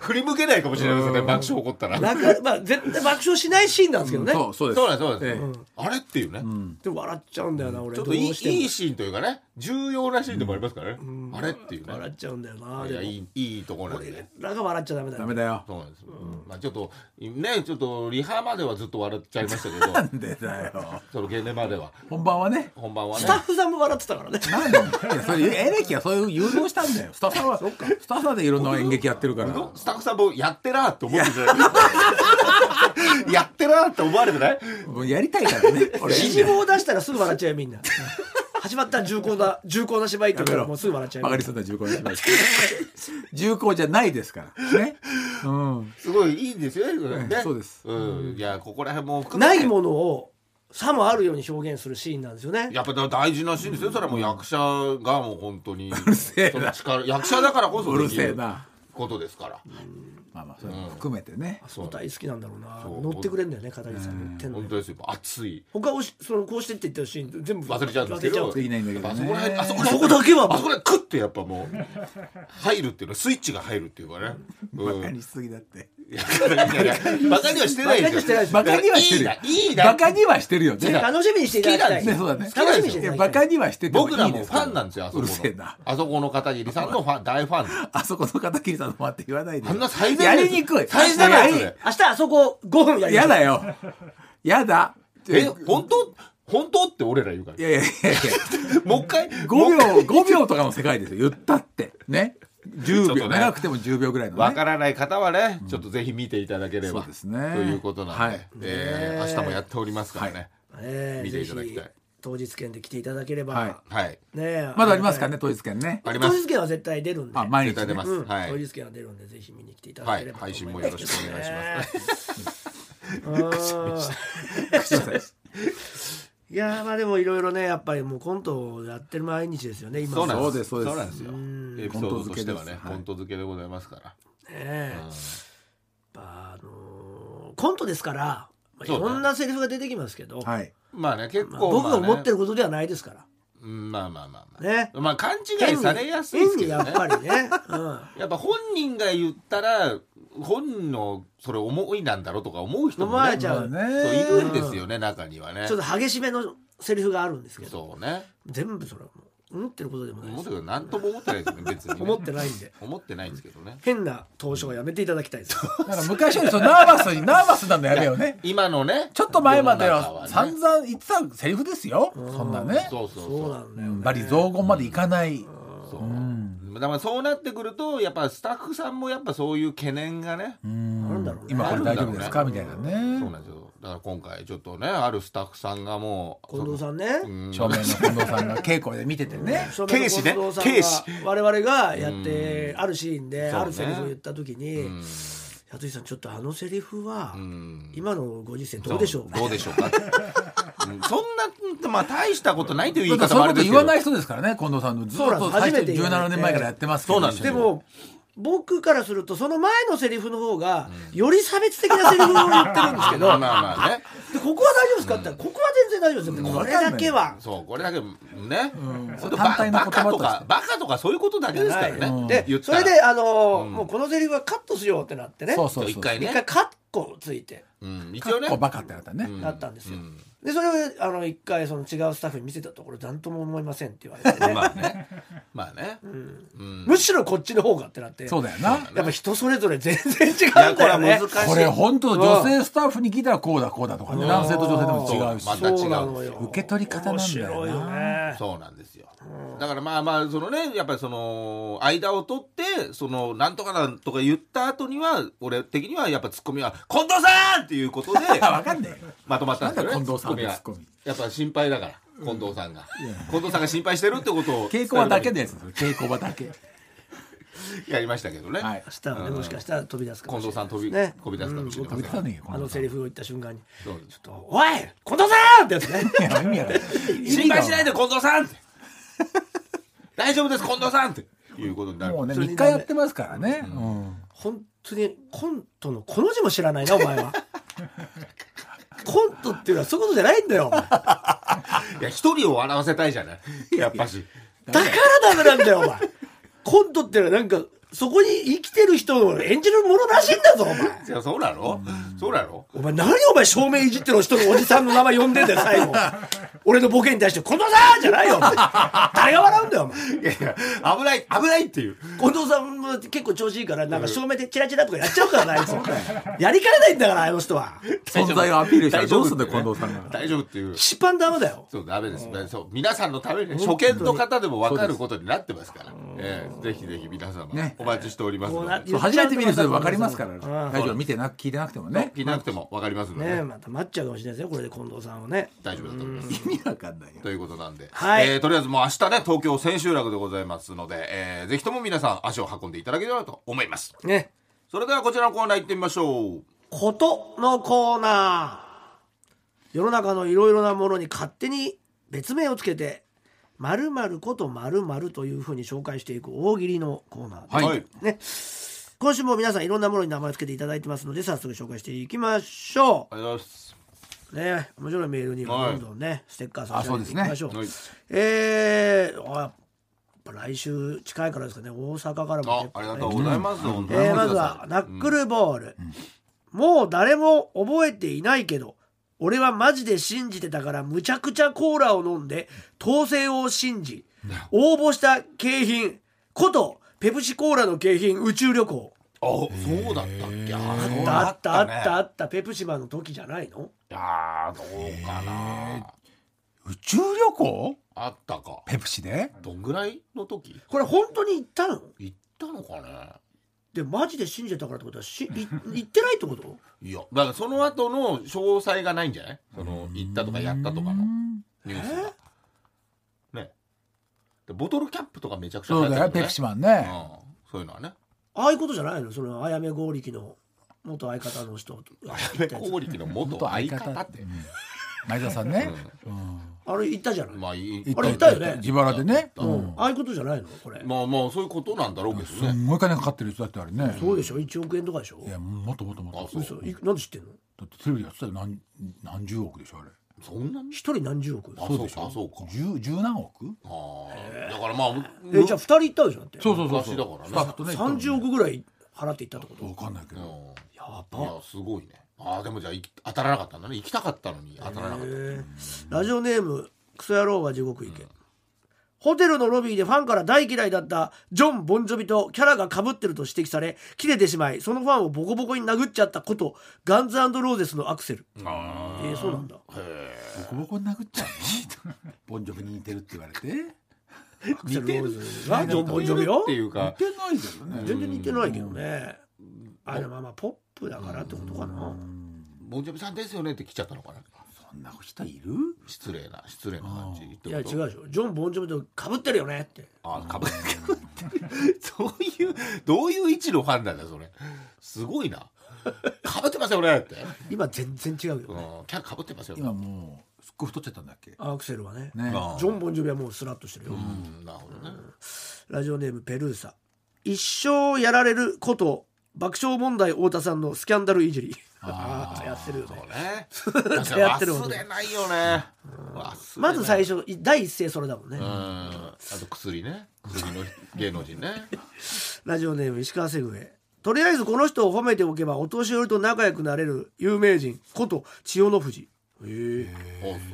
[SPEAKER 2] 振り向けないかもしれないですよね、爆笑起こったら。そう
[SPEAKER 1] なんかまあ絶対爆笑しないシーンなんですけどね、
[SPEAKER 3] そうそうです
[SPEAKER 2] なんです、そうなん
[SPEAKER 3] え
[SPEAKER 2] です。あれっていうね。
[SPEAKER 1] でも笑っちゃうんだよな俺
[SPEAKER 2] ちょっといい
[SPEAKER 1] どうしても
[SPEAKER 2] いいシーンというかね、重要なシーンでもありますからね。あれっていうね。
[SPEAKER 1] 笑っちゃうんだよない
[SPEAKER 2] や、
[SPEAKER 1] で
[SPEAKER 2] いい、いいところなんでね。
[SPEAKER 1] もなんか笑っちゃダメだ
[SPEAKER 3] ダ
[SPEAKER 1] よ
[SPEAKER 3] メだよ
[SPEAKER 2] そうなんです。まあちょっと、ね、ちょっと、リハまではずっと笑っちゃいましたけど、
[SPEAKER 3] なんでだよ
[SPEAKER 2] そのゲネまでは、
[SPEAKER 3] 本番はね
[SPEAKER 2] 本番はね
[SPEAKER 1] スタ。ッフさんも笑ってたからね
[SPEAKER 3] なんでいやそれエレキはそういう誘導したんだよスタッフさんはスタッフさんでいろんな演劇やってるから
[SPEAKER 2] スタッフさんもやってらーって思ってて。 やってらーって思われてない
[SPEAKER 3] もうやりたいからね俺
[SPEAKER 1] 指示棒を出したらすぐ笑っちゃうよみんな始まったら重厚な重厚な芝居って言ったらもうすぐ笑っちゃう
[SPEAKER 3] バ
[SPEAKER 1] よ
[SPEAKER 3] カリさんの重厚じゃない重厚じゃないですからねうん
[SPEAKER 2] すごいいいんですよね。
[SPEAKER 3] え
[SPEAKER 2] ね
[SPEAKER 3] えそうです
[SPEAKER 2] うん。いや、ここら辺も含め
[SPEAKER 1] な
[SPEAKER 2] て
[SPEAKER 1] いものをさもあるように表現するシーンなんですよね
[SPEAKER 2] やっぱだ大事なシーンですよ。それはもう役者がもう本当に、
[SPEAKER 3] せえ
[SPEAKER 2] その
[SPEAKER 3] な
[SPEAKER 2] 力、役者だからこそ
[SPEAKER 3] う
[SPEAKER 2] で
[SPEAKER 3] る
[SPEAKER 2] き
[SPEAKER 3] せえ
[SPEAKER 2] る
[SPEAKER 3] な
[SPEAKER 2] ことですから。
[SPEAKER 3] まあまあそれも含めてね
[SPEAKER 1] 相対好きなんだろうな
[SPEAKER 2] そう
[SPEAKER 1] 乗ってくれんだよね片桐さん乗ってんの
[SPEAKER 2] 本
[SPEAKER 1] よ
[SPEAKER 2] 当ですよ。熱い。
[SPEAKER 1] 他をしそのこうしてって言ったシーン全部
[SPEAKER 2] 忘れちゃうんですけど。
[SPEAKER 1] 忘れち
[SPEAKER 3] できないんだけどね
[SPEAKER 2] やっぱあそこら辺、あそこ
[SPEAKER 1] ゃうそこだけは
[SPEAKER 2] あそこでクッてやっぱもう、入るっていうのは、スイッチが入るっていうかね。う
[SPEAKER 3] バカ
[SPEAKER 2] ん。
[SPEAKER 3] にしすぎだって
[SPEAKER 2] いやいやいやバカにはしてないですよ。
[SPEAKER 3] バカにはしてるよ
[SPEAKER 2] いいな、いいな。
[SPEAKER 3] バカにはしてるよ
[SPEAKER 2] 違う
[SPEAKER 3] ね
[SPEAKER 1] 楽しみにしていただきたい
[SPEAKER 3] ねそうだね
[SPEAKER 1] 楽しみにしていただき
[SPEAKER 3] いや
[SPEAKER 1] たい
[SPEAKER 3] バカにはしてて
[SPEAKER 2] 僕ら
[SPEAKER 3] いい
[SPEAKER 2] も
[SPEAKER 3] で
[SPEAKER 2] フ
[SPEAKER 3] すから
[SPEAKER 2] ァンなんですよ、あそうこ
[SPEAKER 3] るせえ
[SPEAKER 2] の
[SPEAKER 3] な。
[SPEAKER 2] あそこの片桐さんのファン、大ファンです。
[SPEAKER 3] あそこの片桐さんのファンって言わないで
[SPEAKER 2] あんな最善
[SPEAKER 3] やりにくい
[SPEAKER 2] 最善なやつ
[SPEAKER 3] や
[SPEAKER 2] で。
[SPEAKER 1] 明日あそこ5分や
[SPEAKER 3] り
[SPEAKER 1] りま
[SPEAKER 3] や
[SPEAKER 1] す
[SPEAKER 3] だよやだ
[SPEAKER 2] え、本当本当って俺ら言うから
[SPEAKER 3] い。やいやいやいや
[SPEAKER 2] もう一回、もう一回
[SPEAKER 3] 5秒、5秒とかの世界ですよ。言ったって。ね。
[SPEAKER 2] ちょ
[SPEAKER 3] 10
[SPEAKER 2] っと
[SPEAKER 3] 秒、
[SPEAKER 2] ね
[SPEAKER 3] 長くても10秒ぐらいのね。
[SPEAKER 2] わからない方はね、ちょっとぜひ見ていただければ、
[SPEAKER 3] そうですね
[SPEAKER 2] ということなんで、
[SPEAKER 3] はい
[SPEAKER 2] えー明日もやっておりますからね。
[SPEAKER 1] ねえ
[SPEAKER 2] 見ていただきたい
[SPEAKER 1] ぜひ当日券で来ていただければ、
[SPEAKER 3] はい
[SPEAKER 2] はい。
[SPEAKER 1] ねえ
[SPEAKER 3] まだありますからね、当日券ね。
[SPEAKER 2] ありま
[SPEAKER 1] 当
[SPEAKER 2] す
[SPEAKER 1] 日。券は絶対出るんで
[SPEAKER 3] あ、毎
[SPEAKER 2] 絶対
[SPEAKER 3] 日
[SPEAKER 2] 出
[SPEAKER 3] ね。
[SPEAKER 2] ます。
[SPEAKER 1] うん
[SPEAKER 2] はい
[SPEAKER 1] 当。日券は出るんでぜひ見に来ていただければと思います、
[SPEAKER 2] はい配信もよろしくお願いし
[SPEAKER 1] ます、 いやーまあでもいろいろねやっぱりもうコントをやってる毎日ですよね今
[SPEAKER 2] そうなんです。
[SPEAKER 3] そうですそうです
[SPEAKER 2] なんですよ。エピソードとしてはね、
[SPEAKER 3] コ
[SPEAKER 2] コ
[SPEAKER 3] ン
[SPEAKER 2] ント付けでございますから。
[SPEAKER 1] ねやっぱあのーコントですから、まあい
[SPEAKER 2] そうね
[SPEAKER 1] ろんなセリフが出てきますけど、
[SPEAKER 3] はい。
[SPEAKER 2] まあね、結
[SPEAKER 1] ま
[SPEAKER 2] 構
[SPEAKER 1] あ
[SPEAKER 2] まあね。
[SPEAKER 1] 僕が思ってることではないですから
[SPEAKER 2] うんまあまあまあまあ。
[SPEAKER 1] ね
[SPEAKER 2] まあ勘違いされやすいですけどね
[SPEAKER 1] 変に。やっぱりね、 うん、
[SPEAKER 2] やっぱ本人が言ったら、本人のそれ思いなんだろうとか思う人
[SPEAKER 1] 飲
[SPEAKER 2] も
[SPEAKER 1] まれ
[SPEAKER 2] ね、
[SPEAKER 1] ち
[SPEAKER 2] そ
[SPEAKER 1] ゃ
[SPEAKER 2] う
[SPEAKER 1] う、
[SPEAKER 3] ね
[SPEAKER 2] いるんですよね、中にはね
[SPEAKER 1] ちょ。っと激しめのセリフがあるんですけど
[SPEAKER 2] そうね。
[SPEAKER 1] 全部それはもう思ってることでもない
[SPEAKER 2] 思
[SPEAKER 1] で
[SPEAKER 2] って
[SPEAKER 1] す
[SPEAKER 2] るけど何とも思ってないですよね別にね、
[SPEAKER 1] 思ってないんで
[SPEAKER 2] 思ってないんですけどね
[SPEAKER 1] 変な投資はやめていただきたいです
[SPEAKER 3] だから昔よりそうナーバスに、ナーバスなのやめようね。
[SPEAKER 2] 今のね
[SPEAKER 3] ちょっと前まで
[SPEAKER 2] 世の中
[SPEAKER 3] は
[SPEAKER 2] ね
[SPEAKER 3] 散々言ってたセリフですよ。そんなね。
[SPEAKER 2] そうそうそう
[SPEAKER 1] そうなんだよ、ね
[SPEAKER 3] バリ雑言までいかない。
[SPEAKER 2] そうだからそうなってくるとやっぱスタッフさんもやっぱそういう懸念がね、
[SPEAKER 1] あるんだろうね
[SPEAKER 3] 今これ大丈夫ですか
[SPEAKER 2] ある
[SPEAKER 3] み
[SPEAKER 2] ん
[SPEAKER 3] た
[SPEAKER 2] だ
[SPEAKER 3] い
[SPEAKER 2] ろ
[SPEAKER 3] な
[SPEAKER 2] そうな
[SPEAKER 3] ね。
[SPEAKER 2] んですよだから今回ちょっとねあるスタッフさんがもう
[SPEAKER 1] 近藤
[SPEAKER 2] ん
[SPEAKER 1] さんね
[SPEAKER 3] 正面の近藤さんが稽古で見ててね。
[SPEAKER 1] 正面の
[SPEAKER 2] 警視ね
[SPEAKER 1] 近藤さん
[SPEAKER 2] 警視
[SPEAKER 1] が我々がやってあるシーンで
[SPEAKER 2] そうね
[SPEAKER 1] あるセリフを言った時に「やついさんちょっとあのセリフは今のご時世どうでしょう?」
[SPEAKER 2] どうでしょうかうん そんな、まあ、大したことないという言い
[SPEAKER 3] だから
[SPEAKER 2] 方
[SPEAKER 3] そ
[SPEAKER 2] もあ
[SPEAKER 3] ういう
[SPEAKER 2] れ
[SPEAKER 3] こと
[SPEAKER 2] です
[SPEAKER 3] 言
[SPEAKER 2] けど
[SPEAKER 3] わない人ですからね、近藤さんの。ずっ
[SPEAKER 1] そうなんで
[SPEAKER 3] と
[SPEAKER 1] す
[SPEAKER 3] 最初
[SPEAKER 1] 初めて言われて
[SPEAKER 3] 17年前からやってますけど
[SPEAKER 2] そうなんです
[SPEAKER 1] で
[SPEAKER 2] よ
[SPEAKER 1] も僕からするとその前のセリフの方がより差別的なセリフを言ってるんですけど
[SPEAKER 2] まあまあまあね
[SPEAKER 1] でここは大丈夫ですかって言ったらここは全然大丈夫ですよ、これだけは
[SPEAKER 2] そうこれだけね、それと
[SPEAKER 3] 単
[SPEAKER 2] バ
[SPEAKER 3] 体の
[SPEAKER 2] バ
[SPEAKER 3] 言葉
[SPEAKER 2] カと
[SPEAKER 3] として
[SPEAKER 2] かバカとかそういうことだけですからね、
[SPEAKER 1] はい
[SPEAKER 2] 言
[SPEAKER 1] で
[SPEAKER 2] った
[SPEAKER 1] そ
[SPEAKER 2] ら
[SPEAKER 1] れであのーもうこのセリフはカットしようってなってね
[SPEAKER 3] そうそうそう。
[SPEAKER 2] 一回ね
[SPEAKER 1] 一回カッコついて
[SPEAKER 2] うん、一
[SPEAKER 3] かっ
[SPEAKER 2] 応ね
[SPEAKER 3] こバカってなったね。
[SPEAKER 1] なったんですよ、でそれをあの一回その違うスタッフに見せたところ何とも思いませんって言われてね、
[SPEAKER 2] まあねまあね、
[SPEAKER 1] むしろこっちの方がってなって
[SPEAKER 3] そうだよな。
[SPEAKER 1] やっぱ人それぞれ全然違
[SPEAKER 2] いや
[SPEAKER 1] うん
[SPEAKER 2] こ
[SPEAKER 1] だ
[SPEAKER 2] れ
[SPEAKER 1] よね
[SPEAKER 2] は難しい
[SPEAKER 3] これ本当女性スタッフに聞いたらこうだこうだとかね男性と女性でも違うし
[SPEAKER 2] また違う
[SPEAKER 1] そうなのよ
[SPEAKER 3] 受け取り方なんだよな
[SPEAKER 1] 面白いよね
[SPEAKER 2] そうなんですよ、だからまあまあそのねやっぱりその間を取ってそのなんとかなんとか言った後には俺的にはやっぱツッコミは「近藤さん!」っていうことで
[SPEAKER 3] わかんねえよ
[SPEAKER 2] まとまったんですよね
[SPEAKER 3] なんだ近藤さんの
[SPEAKER 2] が
[SPEAKER 3] ツッコミ
[SPEAKER 2] やっぱ心配だから近藤さんが、近藤さんが心配してるってことを
[SPEAKER 3] 稽古場だけの
[SPEAKER 2] 伝え
[SPEAKER 3] やつですよ稽古場だけ
[SPEAKER 2] るためにやりましたけどね、
[SPEAKER 3] はい
[SPEAKER 1] 明日はねもしかしたら飛び出すか
[SPEAKER 2] 近
[SPEAKER 1] もしれ
[SPEAKER 2] 藤
[SPEAKER 1] な
[SPEAKER 2] さ
[SPEAKER 1] い
[SPEAKER 2] ん飛び,、
[SPEAKER 1] ね
[SPEAKER 2] 飛び出すかもしれません
[SPEAKER 3] 飛び出さねえよ
[SPEAKER 1] あのセリフを言った瞬間に「
[SPEAKER 2] そうです
[SPEAKER 1] ちょっとおい近藤さん!」ってやつね
[SPEAKER 3] いや意味わかんない
[SPEAKER 2] 心配しない
[SPEAKER 3] で
[SPEAKER 2] で近藤さんって大丈夫です近藤さんっていうことになる
[SPEAKER 3] もうね3日やってますからねうん
[SPEAKER 1] 本当にコントのこの字も知らないなお前は コントっていうのはそういうことじゃないんだよ お前だか
[SPEAKER 2] いや一人を笑わせたいじゃないやっぱし
[SPEAKER 1] らダメなんだよお前コントっていうのはなんかそこに生きてる人を演じるものらしいんだぞ、お前。
[SPEAKER 2] いやそうなのそうなの
[SPEAKER 1] お前何お前正面いじってる人のおじさんの名前呼んでんだよ、 最後。俺のボケに対して、近藤さんじゃないよ、お前誰が笑うんだよ、お前。
[SPEAKER 2] いやいや危ない危ないっていう
[SPEAKER 1] 近藤さんも結構調子いいから、なんか照明でチラチラとかやっちゃうからな、あい つ。やりかねないんだから、あの人 は。
[SPEAKER 3] 存在をアピールしたら
[SPEAKER 2] 大丈
[SPEAKER 3] ど
[SPEAKER 2] 夫
[SPEAKER 3] うすんだよ、近藤さんが。
[SPEAKER 2] 大丈夫っていう
[SPEAKER 1] 一番ダメだよ。
[SPEAKER 2] そうダメです、そう皆さんのために初見の方でも分かることになってますから、ええぜひぜひ皆様
[SPEAKER 3] ね
[SPEAKER 2] お待ちしておりますの
[SPEAKER 1] こう
[SPEAKER 2] で、
[SPEAKER 1] な
[SPEAKER 3] そう初めて見る人で分かりますから、
[SPEAKER 1] うん
[SPEAKER 3] ラジオ見てな聞いてなくてもね。
[SPEAKER 2] 聞いてなくても分かりますので、
[SPEAKER 1] ねえまた待っちゃうかもしれないですよ、これで近藤さんをね。
[SPEAKER 2] 大丈夫だと思います、
[SPEAKER 3] 意味わかんないよ。
[SPEAKER 2] ということなんで、
[SPEAKER 1] はい
[SPEAKER 2] えーとりあえずもう明日ね東京千秋楽でございますので、えーぜひとも皆さん足を運んでいただければと思います
[SPEAKER 1] ね。
[SPEAKER 2] それではこちらのコーナー行ってみましょう
[SPEAKER 1] ことのコーナー。世の中のいろいろなものに勝手に別名をつけて、まるまることまるまるというふうに紹介していく大喜利のコーナーです。
[SPEAKER 2] はい
[SPEAKER 1] ね。今週も皆さんいろんなものに名前をつけていただいてますので、早速紹介していきましょ
[SPEAKER 2] ありがとうございます
[SPEAKER 1] う。ね、面白いメールにはどんどんね、ステッカー差し上げていきましょう。
[SPEAKER 2] はい
[SPEAKER 1] えー、あやっぱ来週近いからですかね、大阪からも、
[SPEAKER 2] あ
[SPEAKER 1] ね。
[SPEAKER 2] ありがとうございます、本当に
[SPEAKER 1] えーまずはナックルボール、もう誰も覚えていないけど俺はマジで信じてたからむちゃくちゃコーラを飲んで当選を信じ応募した景品ことペプシコーラの景品宇宙旅行
[SPEAKER 2] あそうだったっけあそう
[SPEAKER 1] あ
[SPEAKER 2] だ
[SPEAKER 1] ったあっ
[SPEAKER 2] ね
[SPEAKER 1] たあったペプシマンの時じゃないの
[SPEAKER 2] いやーどうかな
[SPEAKER 3] 宇宙旅行
[SPEAKER 2] あったか
[SPEAKER 3] ペプシで
[SPEAKER 2] どんぐらいの時
[SPEAKER 1] これ本当に行ったの
[SPEAKER 2] 行ったのかね
[SPEAKER 1] でマジで信じてたからってことは しい行ってないってこと
[SPEAKER 2] いやだからその後の詳細がないんじゃないその行ったとかやったとかのニュースがねでボトルキャップとかめちゃくちゃ流行
[SPEAKER 3] そう
[SPEAKER 2] っ
[SPEAKER 3] だ
[SPEAKER 2] たけ
[SPEAKER 3] よ、
[SPEAKER 2] ど
[SPEAKER 3] ペ
[SPEAKER 2] ね
[SPEAKER 3] プシマンね。
[SPEAKER 2] うんそういうのはね
[SPEAKER 1] ああいうことじゃないのそのあやめ剛力の元相方の人と行ったやつ
[SPEAKER 2] 剛力の元相方って
[SPEAKER 3] うん前田さんね。
[SPEAKER 1] あれ行ったじゃない、
[SPEAKER 2] まあいい
[SPEAKER 3] 行
[SPEAKER 1] あれ
[SPEAKER 3] っ
[SPEAKER 1] 行ったよね
[SPEAKER 3] 自腹でね。
[SPEAKER 1] う
[SPEAKER 3] うん
[SPEAKER 1] ん、ああいうことじゃないのこれ
[SPEAKER 2] まあまあそういうことなんだろうけど
[SPEAKER 3] す
[SPEAKER 2] ね
[SPEAKER 3] んごい金かかってる人だってあれね。
[SPEAKER 1] そうでしょ1億円とかでしょ
[SPEAKER 3] いや、もっともっともっ
[SPEAKER 2] あ
[SPEAKER 3] と。
[SPEAKER 2] そう
[SPEAKER 1] 嘘いくなんで知ってんの
[SPEAKER 3] だってテレビでやってたよ、何何十億でしょ、あれ。
[SPEAKER 2] そんなに
[SPEAKER 1] 一人何十億
[SPEAKER 2] あ
[SPEAKER 1] え
[SPEAKER 2] そう
[SPEAKER 3] で
[SPEAKER 2] か
[SPEAKER 3] しょ
[SPEAKER 2] そうか
[SPEAKER 3] 十十何億
[SPEAKER 2] あーだからまあ
[SPEAKER 1] じゃあ二人行ったでしょだって
[SPEAKER 3] そうそうそうそ
[SPEAKER 2] 昔
[SPEAKER 3] う。
[SPEAKER 2] だからね
[SPEAKER 3] スタッフとね。
[SPEAKER 1] 30億ぐらい払っていったってこと
[SPEAKER 3] わかんないけ
[SPEAKER 2] う
[SPEAKER 3] ど。
[SPEAKER 2] ん
[SPEAKER 1] や
[SPEAKER 2] い
[SPEAKER 1] ば
[SPEAKER 2] やすごいねああでもじゃあい当たらなかったんだね行きたかったのに当たらなかった、
[SPEAKER 1] へーラジオネームクソ野郎は地獄行け、ホテルのロビーでファンから大嫌いだったジョン・ボンジョビとキャラが被ってると指摘され切れてしまいそのファンをボコボコに殴っちゃったことガンズローゼスのアクセルえ
[SPEAKER 2] あ
[SPEAKER 1] ー、そうなんだ
[SPEAKER 3] ボコボコに殴っちゃうのボンジョビに似てるって言われて。似
[SPEAKER 1] アクセル・ローゼスが
[SPEAKER 2] あ
[SPEAKER 1] ジョン・ボンジョビよ
[SPEAKER 2] っていうか
[SPEAKER 3] てないけどね。
[SPEAKER 1] 全然似てないけどねあれまあまあポップだからってことかな
[SPEAKER 2] ボンジョビさんですよねって来ちゃったのかな
[SPEAKER 3] そんな人いる
[SPEAKER 2] 失礼な失礼な感じ
[SPEAKER 1] いや違うでし
[SPEAKER 2] う
[SPEAKER 1] ょジョン・ボンジョビと被ってるよねって
[SPEAKER 2] あかぶってるそういうどういう位置のファンなんだそれすごいなかぶってますよねって、
[SPEAKER 1] 今全然違うよ
[SPEAKER 2] う
[SPEAKER 1] ね
[SPEAKER 2] ん、キャかぶってますよね
[SPEAKER 3] 今もう、すっごい太っちゃったんだっけ
[SPEAKER 1] アクセルはね
[SPEAKER 3] ね。
[SPEAKER 2] あ
[SPEAKER 1] ジョン・ボンジョビはもうスラッとしてるよ
[SPEAKER 2] うんなるほどね
[SPEAKER 1] ラジオネームペルーサ一生やられること爆笑問題太田さんのスキャンダルいじりああーやってるよね
[SPEAKER 2] そうね
[SPEAKER 1] やってるもん
[SPEAKER 2] 忘
[SPEAKER 1] ね
[SPEAKER 2] れないよね忘れない
[SPEAKER 1] まず最初い第一声それだもんね
[SPEAKER 2] うんあと薬ね薬の芸能人ね
[SPEAKER 1] ラジオネーム石川セグウェイとりあえずこの人を褒めておけばお年寄りと仲良くなれる有名人こと千代の富士へえ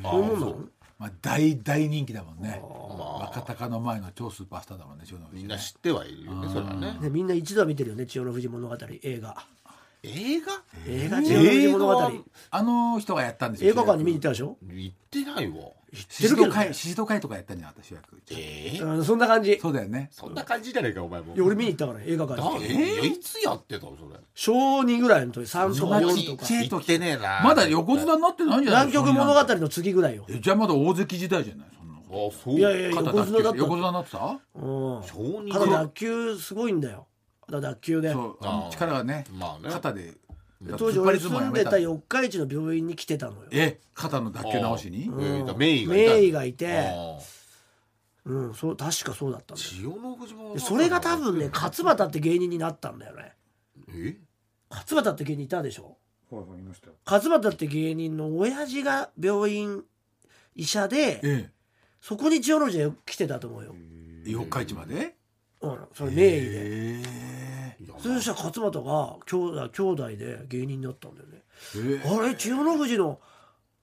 [SPEAKER 2] あ あ
[SPEAKER 1] そういうもんな
[SPEAKER 2] そ
[SPEAKER 1] の
[SPEAKER 3] まあ、大大人気だもんね。
[SPEAKER 2] ま
[SPEAKER 3] 若隆の前の超スーパースターだもんね、塩野
[SPEAKER 2] あ
[SPEAKER 3] 口
[SPEAKER 2] み
[SPEAKER 3] ね
[SPEAKER 2] んな知ってはいるよねそれはね
[SPEAKER 1] ねみんな一度は見てるよね千代の富士物語映画
[SPEAKER 2] 映画
[SPEAKER 1] 映画千代の富士物語
[SPEAKER 2] 映画は
[SPEAKER 3] あの人がやったんですよ。
[SPEAKER 1] 映画館に見に行ったでしょ
[SPEAKER 2] 行ってないわ
[SPEAKER 1] 知
[SPEAKER 3] シ
[SPEAKER 1] って
[SPEAKER 3] シ
[SPEAKER 1] るけ
[SPEAKER 3] ド
[SPEAKER 1] どね
[SPEAKER 3] 会、シシド会とかやったんじゃなかった主役。
[SPEAKER 2] ええ
[SPEAKER 1] うんそんな感じい
[SPEAKER 3] そうだよね。
[SPEAKER 2] そんな感じじゃねえかお前も
[SPEAKER 1] や俺見に行ったから映画
[SPEAKER 2] だ
[SPEAKER 1] 館
[SPEAKER 2] え
[SPEAKER 1] に
[SPEAKER 2] いやいつやってたのそれ
[SPEAKER 1] 小2ぐらいの時3とか4
[SPEAKER 2] 小
[SPEAKER 1] と
[SPEAKER 2] 二
[SPEAKER 1] か
[SPEAKER 3] ちっ
[SPEAKER 2] 行ってねえな
[SPEAKER 3] まだ横綱になってないんじゃない
[SPEAKER 1] 南極物語の次ぐらいよ、
[SPEAKER 3] えじゃあまだ大関時代じゃないそんな
[SPEAKER 2] あそう
[SPEAKER 1] いやいや
[SPEAKER 3] 肩
[SPEAKER 1] 横綱だっ
[SPEAKER 3] 脱臼
[SPEAKER 1] た
[SPEAKER 3] 横綱になってた
[SPEAKER 1] うん、
[SPEAKER 2] 小児
[SPEAKER 1] ただ脱臼すごいんだよただ脱臼で
[SPEAKER 3] そうあ
[SPEAKER 2] あ
[SPEAKER 3] の力がね
[SPEAKER 2] まあね
[SPEAKER 3] 肩で
[SPEAKER 1] 当時
[SPEAKER 3] 突っ張
[SPEAKER 1] 俺
[SPEAKER 3] り相撲
[SPEAKER 1] 住
[SPEAKER 3] や
[SPEAKER 1] ん
[SPEAKER 3] め
[SPEAKER 1] で
[SPEAKER 3] た
[SPEAKER 1] た四日市の病院に来てたのよ
[SPEAKER 3] え肩の脱臼直しに
[SPEAKER 2] えーだ
[SPEAKER 1] うん
[SPEAKER 2] 名医がいた
[SPEAKER 1] 名医がいて
[SPEAKER 2] ああ
[SPEAKER 1] うんそう確かそうだったんだよ
[SPEAKER 2] 千代の富士物語
[SPEAKER 1] でそれが多分ね勝俣って芸人になったんだよね
[SPEAKER 2] え
[SPEAKER 1] 勝俣って芸人いたでしょ
[SPEAKER 4] はいはいいましたよ
[SPEAKER 1] 勝俣って芸人の親父が病院医者で
[SPEAKER 3] え
[SPEAKER 1] そこに千代の富士が来てたと思うよ
[SPEAKER 3] え四日市まで
[SPEAKER 1] うん、それ名医で
[SPEAKER 3] え
[SPEAKER 1] そしたら勝俣が兄弟兄弟で芸人になったんだよね
[SPEAKER 3] え
[SPEAKER 1] あれ千代の富士の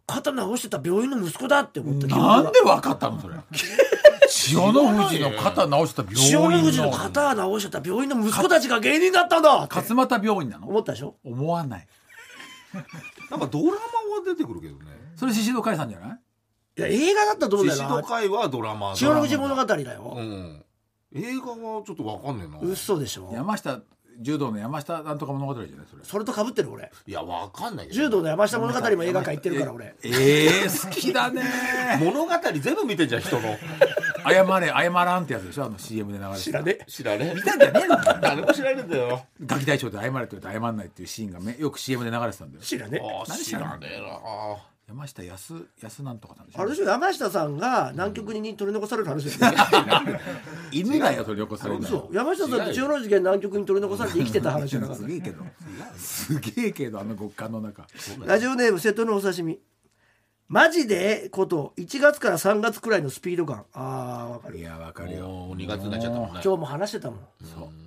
[SPEAKER 1] 肩直してた病院の息子だって思った記憶が
[SPEAKER 3] なんでわかったのそれ千代の富士の肩直した病院
[SPEAKER 1] 千代の富士の肩直してた病院の息子たちが芸人だったんだって
[SPEAKER 3] 勝俣病院なの
[SPEAKER 1] 思ったでしょ
[SPEAKER 3] 思わない
[SPEAKER 2] なんかドラマは出てくるけどね
[SPEAKER 3] それ宍戸海さんじゃない
[SPEAKER 1] いや映画だったと思うんだ
[SPEAKER 2] 宍
[SPEAKER 1] よ
[SPEAKER 2] 戸
[SPEAKER 1] な
[SPEAKER 2] 会はドラマ
[SPEAKER 1] 千代の富士物語だよ、
[SPEAKER 2] うん映画はちょっとわかんねえな
[SPEAKER 1] 嘘でしょ
[SPEAKER 3] 山下柔道の山下なんとか物語じゃないそれ
[SPEAKER 1] それと被ってる俺
[SPEAKER 2] いやわかんないけど
[SPEAKER 1] 柔道の山下物語も映画館行ってるから俺
[SPEAKER 3] ええ好きだね
[SPEAKER 2] 物語全部見てんじゃん人の
[SPEAKER 3] 謝れ謝らんってやつでしょあの CM で流れて
[SPEAKER 1] 知
[SPEAKER 3] る
[SPEAKER 1] らねえ
[SPEAKER 2] 知らねえ
[SPEAKER 3] 見たんじゃねえの
[SPEAKER 2] 誰も知らねえんだよ
[SPEAKER 3] ガキ大将で謝れと言って謝んないっていうシーンがめよく CM で流れてたんだよ
[SPEAKER 1] 知らねえ
[SPEAKER 2] あー
[SPEAKER 3] 何
[SPEAKER 2] 知
[SPEAKER 3] 知らん
[SPEAKER 2] らねえな
[SPEAKER 3] 山下安安なんとかなんでしょ
[SPEAKER 1] あれでしょ山下さんが南極に取り残される話だよね
[SPEAKER 3] 犬だよそれ旅行されるの
[SPEAKER 1] そう山下さんって千代の富士が南極に取り残されて生きてた話だから
[SPEAKER 3] すげえけどすげえけどあの極寒の中
[SPEAKER 1] ラジオネーム瀬戸のお刺身マジでこと1月から3月くらいのスピード感あーわかる
[SPEAKER 3] いやわかるよ
[SPEAKER 2] もう2月になっちゃったもんね
[SPEAKER 1] 今日も話してたもん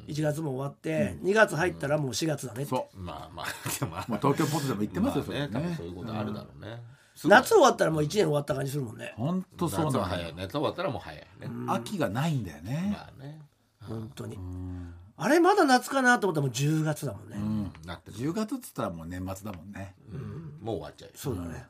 [SPEAKER 1] 1月も終わって2月入ったらもう4月だねって
[SPEAKER 3] そ
[SPEAKER 2] まあまあでもまあ
[SPEAKER 3] うもう東京ポッドでも行ってますよそ
[SPEAKER 2] まあ
[SPEAKER 3] れ
[SPEAKER 2] ね多分
[SPEAKER 3] ね
[SPEAKER 2] そういうことあるだろうね
[SPEAKER 1] 夏終わったらもう1年終わった感じするもんね
[SPEAKER 3] 本当そうな
[SPEAKER 2] 夏は
[SPEAKER 3] の
[SPEAKER 2] 早い夏終わったらもう早いね
[SPEAKER 3] 秋がないんだよね
[SPEAKER 2] まあね
[SPEAKER 1] 本当にあれまだ夏かなと思ったらもう10月だもんね
[SPEAKER 2] なってる
[SPEAKER 3] 10月っつったらもう年末だもんね
[SPEAKER 2] もう終わっちゃうよ
[SPEAKER 1] そうだね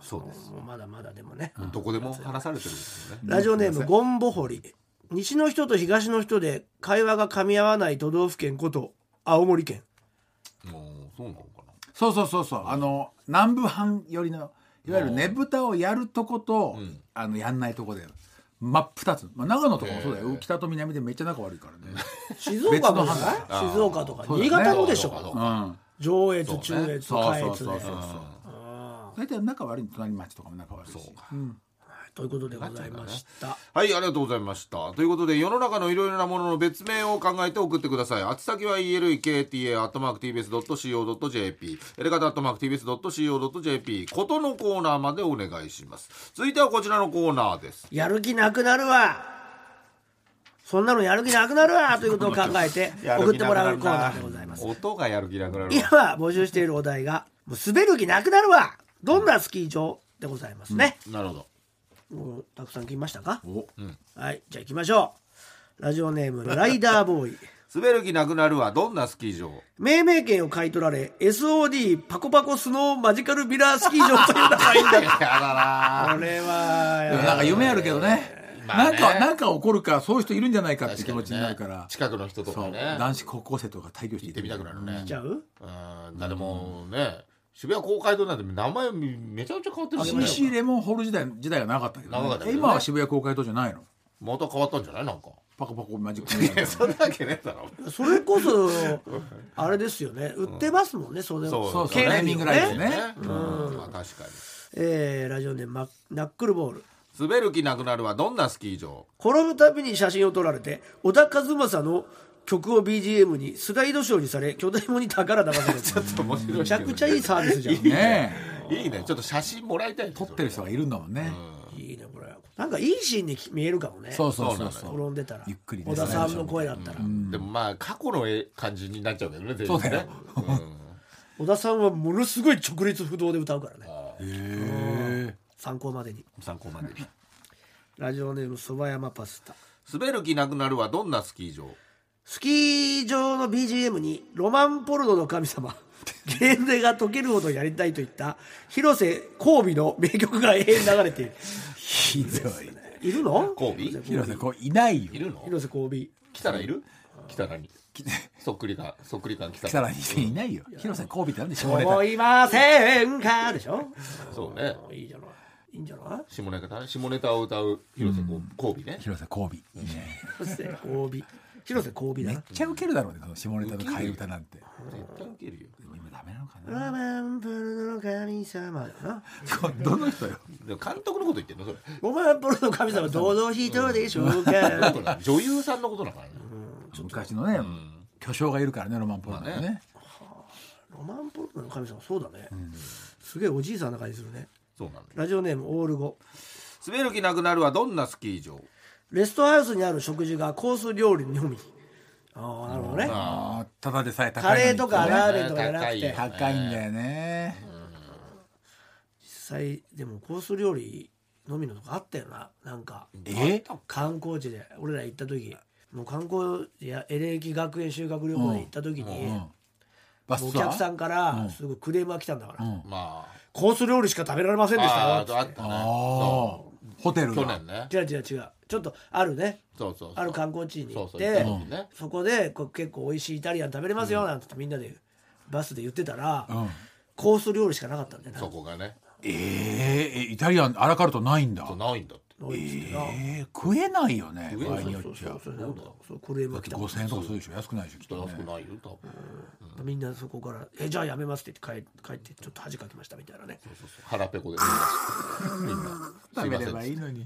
[SPEAKER 2] そうです
[SPEAKER 1] もうまだまだでもね
[SPEAKER 2] どこでも話されてるんですよね
[SPEAKER 1] ラジオネームゴンボホリ西の人と東の人で会話が噛み合わない都道府県こと青森県
[SPEAKER 2] もうそうなのかな
[SPEAKER 3] そうそうそうそうあの南部藩寄りのいわゆるねぶたをやるとこと
[SPEAKER 2] ん
[SPEAKER 3] あのやんないとこで真っ二つまあ長野とかもそうだよ北と南でめっちゃ仲悪いからね
[SPEAKER 1] 静岡も
[SPEAKER 3] 別の話
[SPEAKER 1] じゃない静岡とか
[SPEAKER 3] そうだね
[SPEAKER 1] 新潟もでし
[SPEAKER 2] そうかそ
[SPEAKER 1] ょ
[SPEAKER 2] う
[SPEAKER 3] う
[SPEAKER 2] か
[SPEAKER 3] ん
[SPEAKER 1] 上越中越
[SPEAKER 3] そう
[SPEAKER 1] 下
[SPEAKER 3] そう
[SPEAKER 1] 越
[SPEAKER 3] そう
[SPEAKER 1] で
[SPEAKER 3] そう大体仲悪いの隣町とかも仲悪いし
[SPEAKER 2] そうか
[SPEAKER 1] ということでございました
[SPEAKER 2] はい、ありがとうございました。ということで、世の中のいろいろなものの別名を考えて送ってください。宛先は elkta.tbs.co.jp、エレカタ .tbs.co.jp、ことのコーナーまでお願いします。続いてはこちらのコーナーです。
[SPEAKER 1] やる気なくなるわそんなのやる気なくなるわということを考えて送ってもらうコーナーでございます
[SPEAKER 2] 音がやる気なくなるわ。
[SPEAKER 1] 今募集しているお題が「もう滑る気なくなるわどんなスキー場?」でございますね、
[SPEAKER 2] なるほど。
[SPEAKER 1] もうたくさん来ましたか
[SPEAKER 3] お
[SPEAKER 1] はいじゃあ行きましょうラジオネームライダーボーイ
[SPEAKER 2] 滑る気なくなるはどんなスキー場
[SPEAKER 1] 命名権を買い取られ SOD パコパコスノーマジカルビラースキー場という名前になっ
[SPEAKER 2] やだな
[SPEAKER 1] たこれは
[SPEAKER 3] でもなんか夢あるけどね。
[SPEAKER 2] まあ
[SPEAKER 3] なん
[SPEAKER 2] ね
[SPEAKER 3] か、なんか起こるか、そういう人いるんじゃないかって気持ちになるから。
[SPEAKER 2] 近くの人と
[SPEAKER 3] そ
[SPEAKER 2] か
[SPEAKER 3] う、
[SPEAKER 2] ね。
[SPEAKER 3] 男子高校生とか退去して
[SPEAKER 2] 行ってみたくなるね
[SPEAKER 1] 来。ちゃう
[SPEAKER 2] うん、だってもうね、渋谷公会堂なんて名前めちゃくちゃ変わってるよね
[SPEAKER 3] CC レモンホール時代、時代がなかったけどね、
[SPEAKER 2] なかったけどね
[SPEAKER 3] 今は渋谷公会堂じゃないの。
[SPEAKER 2] また変わったんじゃないなんか。
[SPEAKER 3] パコパコマジックミラー。
[SPEAKER 2] そんなわけねえだろ。
[SPEAKER 1] それこ そあれですよね売ってますもんねそれ
[SPEAKER 2] そう
[SPEAKER 3] そ
[SPEAKER 2] そ
[SPEAKER 3] うそうう、
[SPEAKER 1] ね
[SPEAKER 3] タイミングライブね。
[SPEAKER 2] うん、まあ確かに。
[SPEAKER 1] えーラジオネームマナックルボール
[SPEAKER 2] 滑る気なくなるはどんなスキー場
[SPEAKER 1] 転ぶたびに写真を撮られて小田和正の曲を BGM にスライドショーにされ巨大モニターから流される
[SPEAKER 2] 面白い
[SPEAKER 1] めちゃくちゃいいサービスじゃん
[SPEAKER 2] いい
[SPEAKER 3] ね
[SPEAKER 2] いいね。ちょっと写真もらいたいね。
[SPEAKER 3] え。撮ってる人がいるんだもんね。
[SPEAKER 1] いいねこれなんかいいシーンに見えるかもね
[SPEAKER 3] そうそうそう
[SPEAKER 1] 転
[SPEAKER 3] そう。
[SPEAKER 1] んでたら
[SPEAKER 3] ゆっくりね
[SPEAKER 1] 小田さんの声だったら、
[SPEAKER 2] でもまあ過去の絵感じになっちゃうけどね、全然ね
[SPEAKER 3] そうだよ。
[SPEAKER 1] 小田さんはものすごい直立不動で歌うからね
[SPEAKER 3] へ
[SPEAKER 1] 参考までに
[SPEAKER 2] 参考までに。
[SPEAKER 1] ラジオネームそば山パスタ
[SPEAKER 2] 滑る気なくなるはどんなスキー場
[SPEAKER 1] スキー場の BGM にロマンポルノの神様、 ゲーが解けるほどやりたいといった広瀬香美の名曲が永遠流れている。
[SPEAKER 3] え。ひどい。
[SPEAKER 1] いるの
[SPEAKER 2] コービー
[SPEAKER 3] 広瀬こういな
[SPEAKER 2] い
[SPEAKER 3] いよ。
[SPEAKER 2] るの
[SPEAKER 1] 広瀬香美。
[SPEAKER 2] 来たらいる来たらに。そっくりか、そっくりか来た
[SPEAKER 3] さらにいないよ。広瀬コービーってなんで下ネタ
[SPEAKER 1] 思いませんかでしょ
[SPEAKER 2] そうね。
[SPEAKER 1] いいじゃない。いいんじゃない
[SPEAKER 2] 下ネタ下ネタを歌う広瀬こうコービーね。
[SPEAKER 3] 広瀬コービー。いいね。
[SPEAKER 1] 広瀬香美。広瀬香美だ
[SPEAKER 3] めっ
[SPEAKER 1] な。
[SPEAKER 3] ちゃウケるだろうね、その下ネタの替え歌なんて。
[SPEAKER 2] 絶対ウケるよ。
[SPEAKER 3] でも今ダメなのかな。
[SPEAKER 1] ロマンポルノの神様だな。
[SPEAKER 3] どの人よ。
[SPEAKER 2] でも監督のこと言ってんのそれ。
[SPEAKER 1] ロマンポルノの神様、どの人でしょう
[SPEAKER 2] だ
[SPEAKER 1] か
[SPEAKER 2] から女優さんのことだからね。
[SPEAKER 3] 昔のね、巨匠がいるからね、ロマンポルノ
[SPEAKER 2] まあ
[SPEAKER 3] ね
[SPEAKER 2] ね
[SPEAKER 3] ね。
[SPEAKER 1] ロマンポルノの神様、そうだね。すげえおじいさんな感じするね。
[SPEAKER 2] そうなんだよ。
[SPEAKER 1] ラジオネームオールゴ
[SPEAKER 2] 滑る気なくなるはどんなスキー場
[SPEAKER 1] レストハウスにある食事がコース料理のみああなるほどね
[SPEAKER 3] あーただでさえ高い
[SPEAKER 1] カ
[SPEAKER 3] のに
[SPEAKER 1] レーとか
[SPEAKER 3] ね
[SPEAKER 1] ラーメンとかじゃなく
[SPEAKER 2] 高い
[SPEAKER 1] て
[SPEAKER 2] よ
[SPEAKER 3] 高いんだよね
[SPEAKER 1] 実際でもコース料理のみのとかあったよななんか
[SPEAKER 3] え
[SPEAKER 1] 観光地で俺ら行った時もう観光地や LH 学園修学旅行で行った時に、
[SPEAKER 3] うんバス
[SPEAKER 1] お
[SPEAKER 3] ツアー
[SPEAKER 1] 客さんからすごいクレームが来たんだから、
[SPEAKER 3] うん
[SPEAKER 2] ま
[SPEAKER 1] コース料理しか食べられませんでしたよ
[SPEAKER 2] ああ
[SPEAKER 1] っ
[SPEAKER 2] ーあ
[SPEAKER 1] つっ
[SPEAKER 2] ってた
[SPEAKER 3] あ
[SPEAKER 2] ね
[SPEAKER 3] あ
[SPEAKER 2] そ
[SPEAKER 3] ホテ
[SPEAKER 2] う
[SPEAKER 3] ル
[SPEAKER 2] 去
[SPEAKER 3] が
[SPEAKER 2] 年ね
[SPEAKER 1] 違う違う違うちょっとあるね
[SPEAKER 2] そうそうそう
[SPEAKER 1] ある観光地に行ってそ
[SPEAKER 2] そ
[SPEAKER 1] う
[SPEAKER 2] そう行った時ね
[SPEAKER 1] こでこう結構美味しいイタリアン食べれますよなんてみんなでバスで言ってたら、
[SPEAKER 3] うん
[SPEAKER 1] コース料理しかなかったんだよな
[SPEAKER 2] そこがね
[SPEAKER 3] えーえイタリアンアラカルトないんだ
[SPEAKER 2] そうないんだって
[SPEAKER 1] 多いっつってな
[SPEAKER 3] えー、食えないよね
[SPEAKER 2] 食え
[SPEAKER 3] 場
[SPEAKER 2] な
[SPEAKER 3] 合
[SPEAKER 2] い
[SPEAKER 3] によっ
[SPEAKER 1] そう
[SPEAKER 3] ち
[SPEAKER 1] そ
[SPEAKER 3] ゃ
[SPEAKER 1] う
[SPEAKER 3] だ
[SPEAKER 1] そうなんかそうクレームが
[SPEAKER 3] っ
[SPEAKER 1] 来
[SPEAKER 3] て
[SPEAKER 1] た
[SPEAKER 3] 5000円とかそうでしょ安くないでしょきっ
[SPEAKER 2] ちょ
[SPEAKER 3] と
[SPEAKER 2] っと安く
[SPEAKER 3] ね
[SPEAKER 2] ないよ多分
[SPEAKER 1] みんなそこから「えじゃあやめます」って言って帰帰ってちょっと恥かきましたみたいなね
[SPEAKER 2] そうそう腹ペコでみんなみんなすいません
[SPEAKER 3] のに、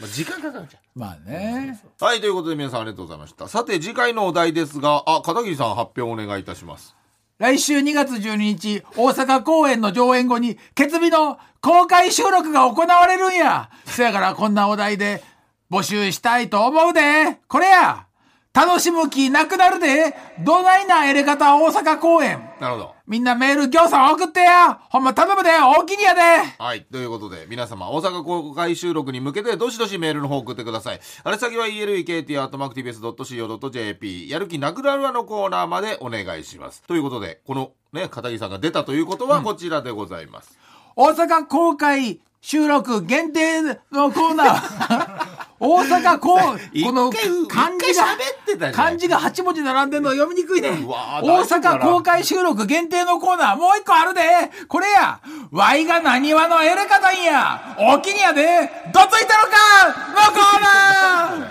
[SPEAKER 2] まあ時間かかるじゃん
[SPEAKER 3] まあね
[SPEAKER 2] はい、ということで皆さんありがとうございました。さて、次回のお題ですが、あ、片桐さん発表お願いいたします。
[SPEAKER 3] 来週2月12日大阪公演の上演後に決日の公開収録が行われるんやそやからこんなお題で募集したいと思うでこれや楽しむ気なくなるでどないなエレガタ大阪公演
[SPEAKER 2] なるほど。
[SPEAKER 3] みんなメールぎょうさん送ってやほんま頼むで大きにやで
[SPEAKER 2] はい。ということで、皆様、大阪公開収録に向けて、どしどしメールの方送ってください。あれ先は elekt.mactvs.co.jp、やる気なくなるわのコーナーまでお願いします。ということで、このね、片桐さんが出たということは、こちらでございます。
[SPEAKER 3] 大阪公開収録限定のコー ナー大阪公
[SPEAKER 2] 一回
[SPEAKER 3] この
[SPEAKER 2] 一回
[SPEAKER 3] 漢字が
[SPEAKER 2] 喋ってたじゃん
[SPEAKER 3] 漢字が8文字並んでるの読みにくいね
[SPEAKER 2] うわ
[SPEAKER 3] 大
[SPEAKER 2] ー大丈夫か
[SPEAKER 3] 阪
[SPEAKER 2] な
[SPEAKER 3] 公開収録限定のコーナーもう一個あるでこれやワイがなにわのエレカタンやおきにやでどついたのかのコーナー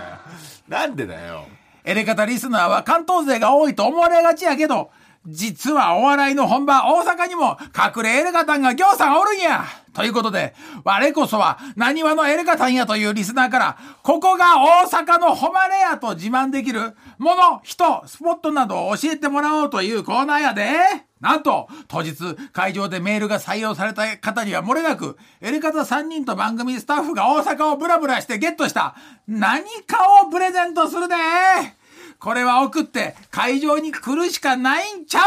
[SPEAKER 2] なんでだよ。
[SPEAKER 3] エレカタリスナーは関東勢が多いと思われがちやけど、実はお笑いの本場大阪にも隠れエレカタンがぎょうさんおるんやということで、我こそは何話のエレカタンやというリスナーから、ここが大阪の誉れやと自慢できる、もの、人、スポットなどを教えてもらおうというコーナーやでなんと、当日、会場でメールが採用された方には漏れなく、エレカタ3人と番組スタッフが大阪をブラブラしてゲットした、何かをプレゼントするでこれは送って、会場に来るしかないんちゃう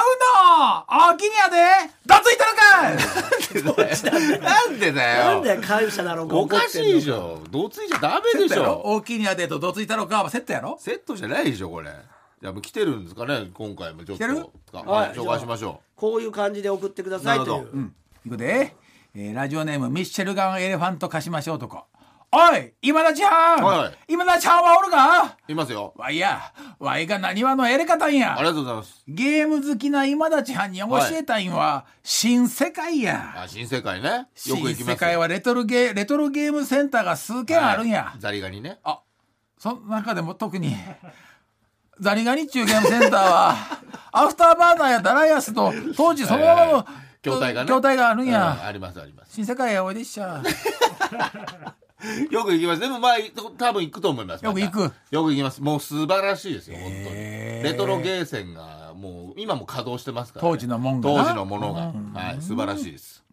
[SPEAKER 3] のおきにやでどついたのか
[SPEAKER 2] なんでだ
[SPEAKER 1] な
[SPEAKER 2] よ。
[SPEAKER 1] んだよ感謝だろうか
[SPEAKER 2] おかしいでし
[SPEAKER 1] ょ
[SPEAKER 2] ょ。どついちゃダメでしょ。
[SPEAKER 3] おきにやでとどついたのかはセットやろ
[SPEAKER 2] セットじゃないでしょ、これ。じゃあもう来てるんですかね、今回もちょっと。
[SPEAKER 3] 来てる
[SPEAKER 2] はい、紹介しましょ
[SPEAKER 1] こういう感じで送ってくださいとい
[SPEAKER 2] なるほ
[SPEAKER 1] う、
[SPEAKER 2] ど
[SPEAKER 3] うん。いくで、えーラジオネーム、ミッシェルガンエレファント貸しましょうとか。おい今田ちゃん、
[SPEAKER 2] は
[SPEAKER 3] 今田ちゃんはおるか
[SPEAKER 2] う。いますよ。
[SPEAKER 3] わいや、わいが何話のエレカタン
[SPEAKER 2] あ
[SPEAKER 3] や
[SPEAKER 2] り。がとうございます。
[SPEAKER 3] ゲーム好きな今田ちゃんに教えたいんは、新世界や。
[SPEAKER 2] あ、新世界ね。よく
[SPEAKER 3] 新
[SPEAKER 2] 行きますよ。
[SPEAKER 3] 世界はレトロゲー、レトロゲームセンターが数軒あるんや。
[SPEAKER 2] ザリガニね。
[SPEAKER 3] あ、その中でも特に、ザリガニ中ゲームセンターは、 アフターバーナーやダライアスと、当時そのまま
[SPEAKER 2] はい
[SPEAKER 3] の、
[SPEAKER 2] 筐体がね。
[SPEAKER 3] 筐体があるん
[SPEAKER 2] う
[SPEAKER 3] や。
[SPEAKER 2] ありますあります。
[SPEAKER 3] 新世界へおいでっしゃ。
[SPEAKER 2] よく行きます。でもまあ、多分行くと思います。
[SPEAKER 3] よく行く
[SPEAKER 2] またよく行きます。もう素晴らしいですよ、本当に。
[SPEAKER 3] へー
[SPEAKER 2] レトロゲーセンが、もう、今も稼働してますから、
[SPEAKER 3] 当時のもんがな
[SPEAKER 2] 当時のものが。はい、素晴らしいです。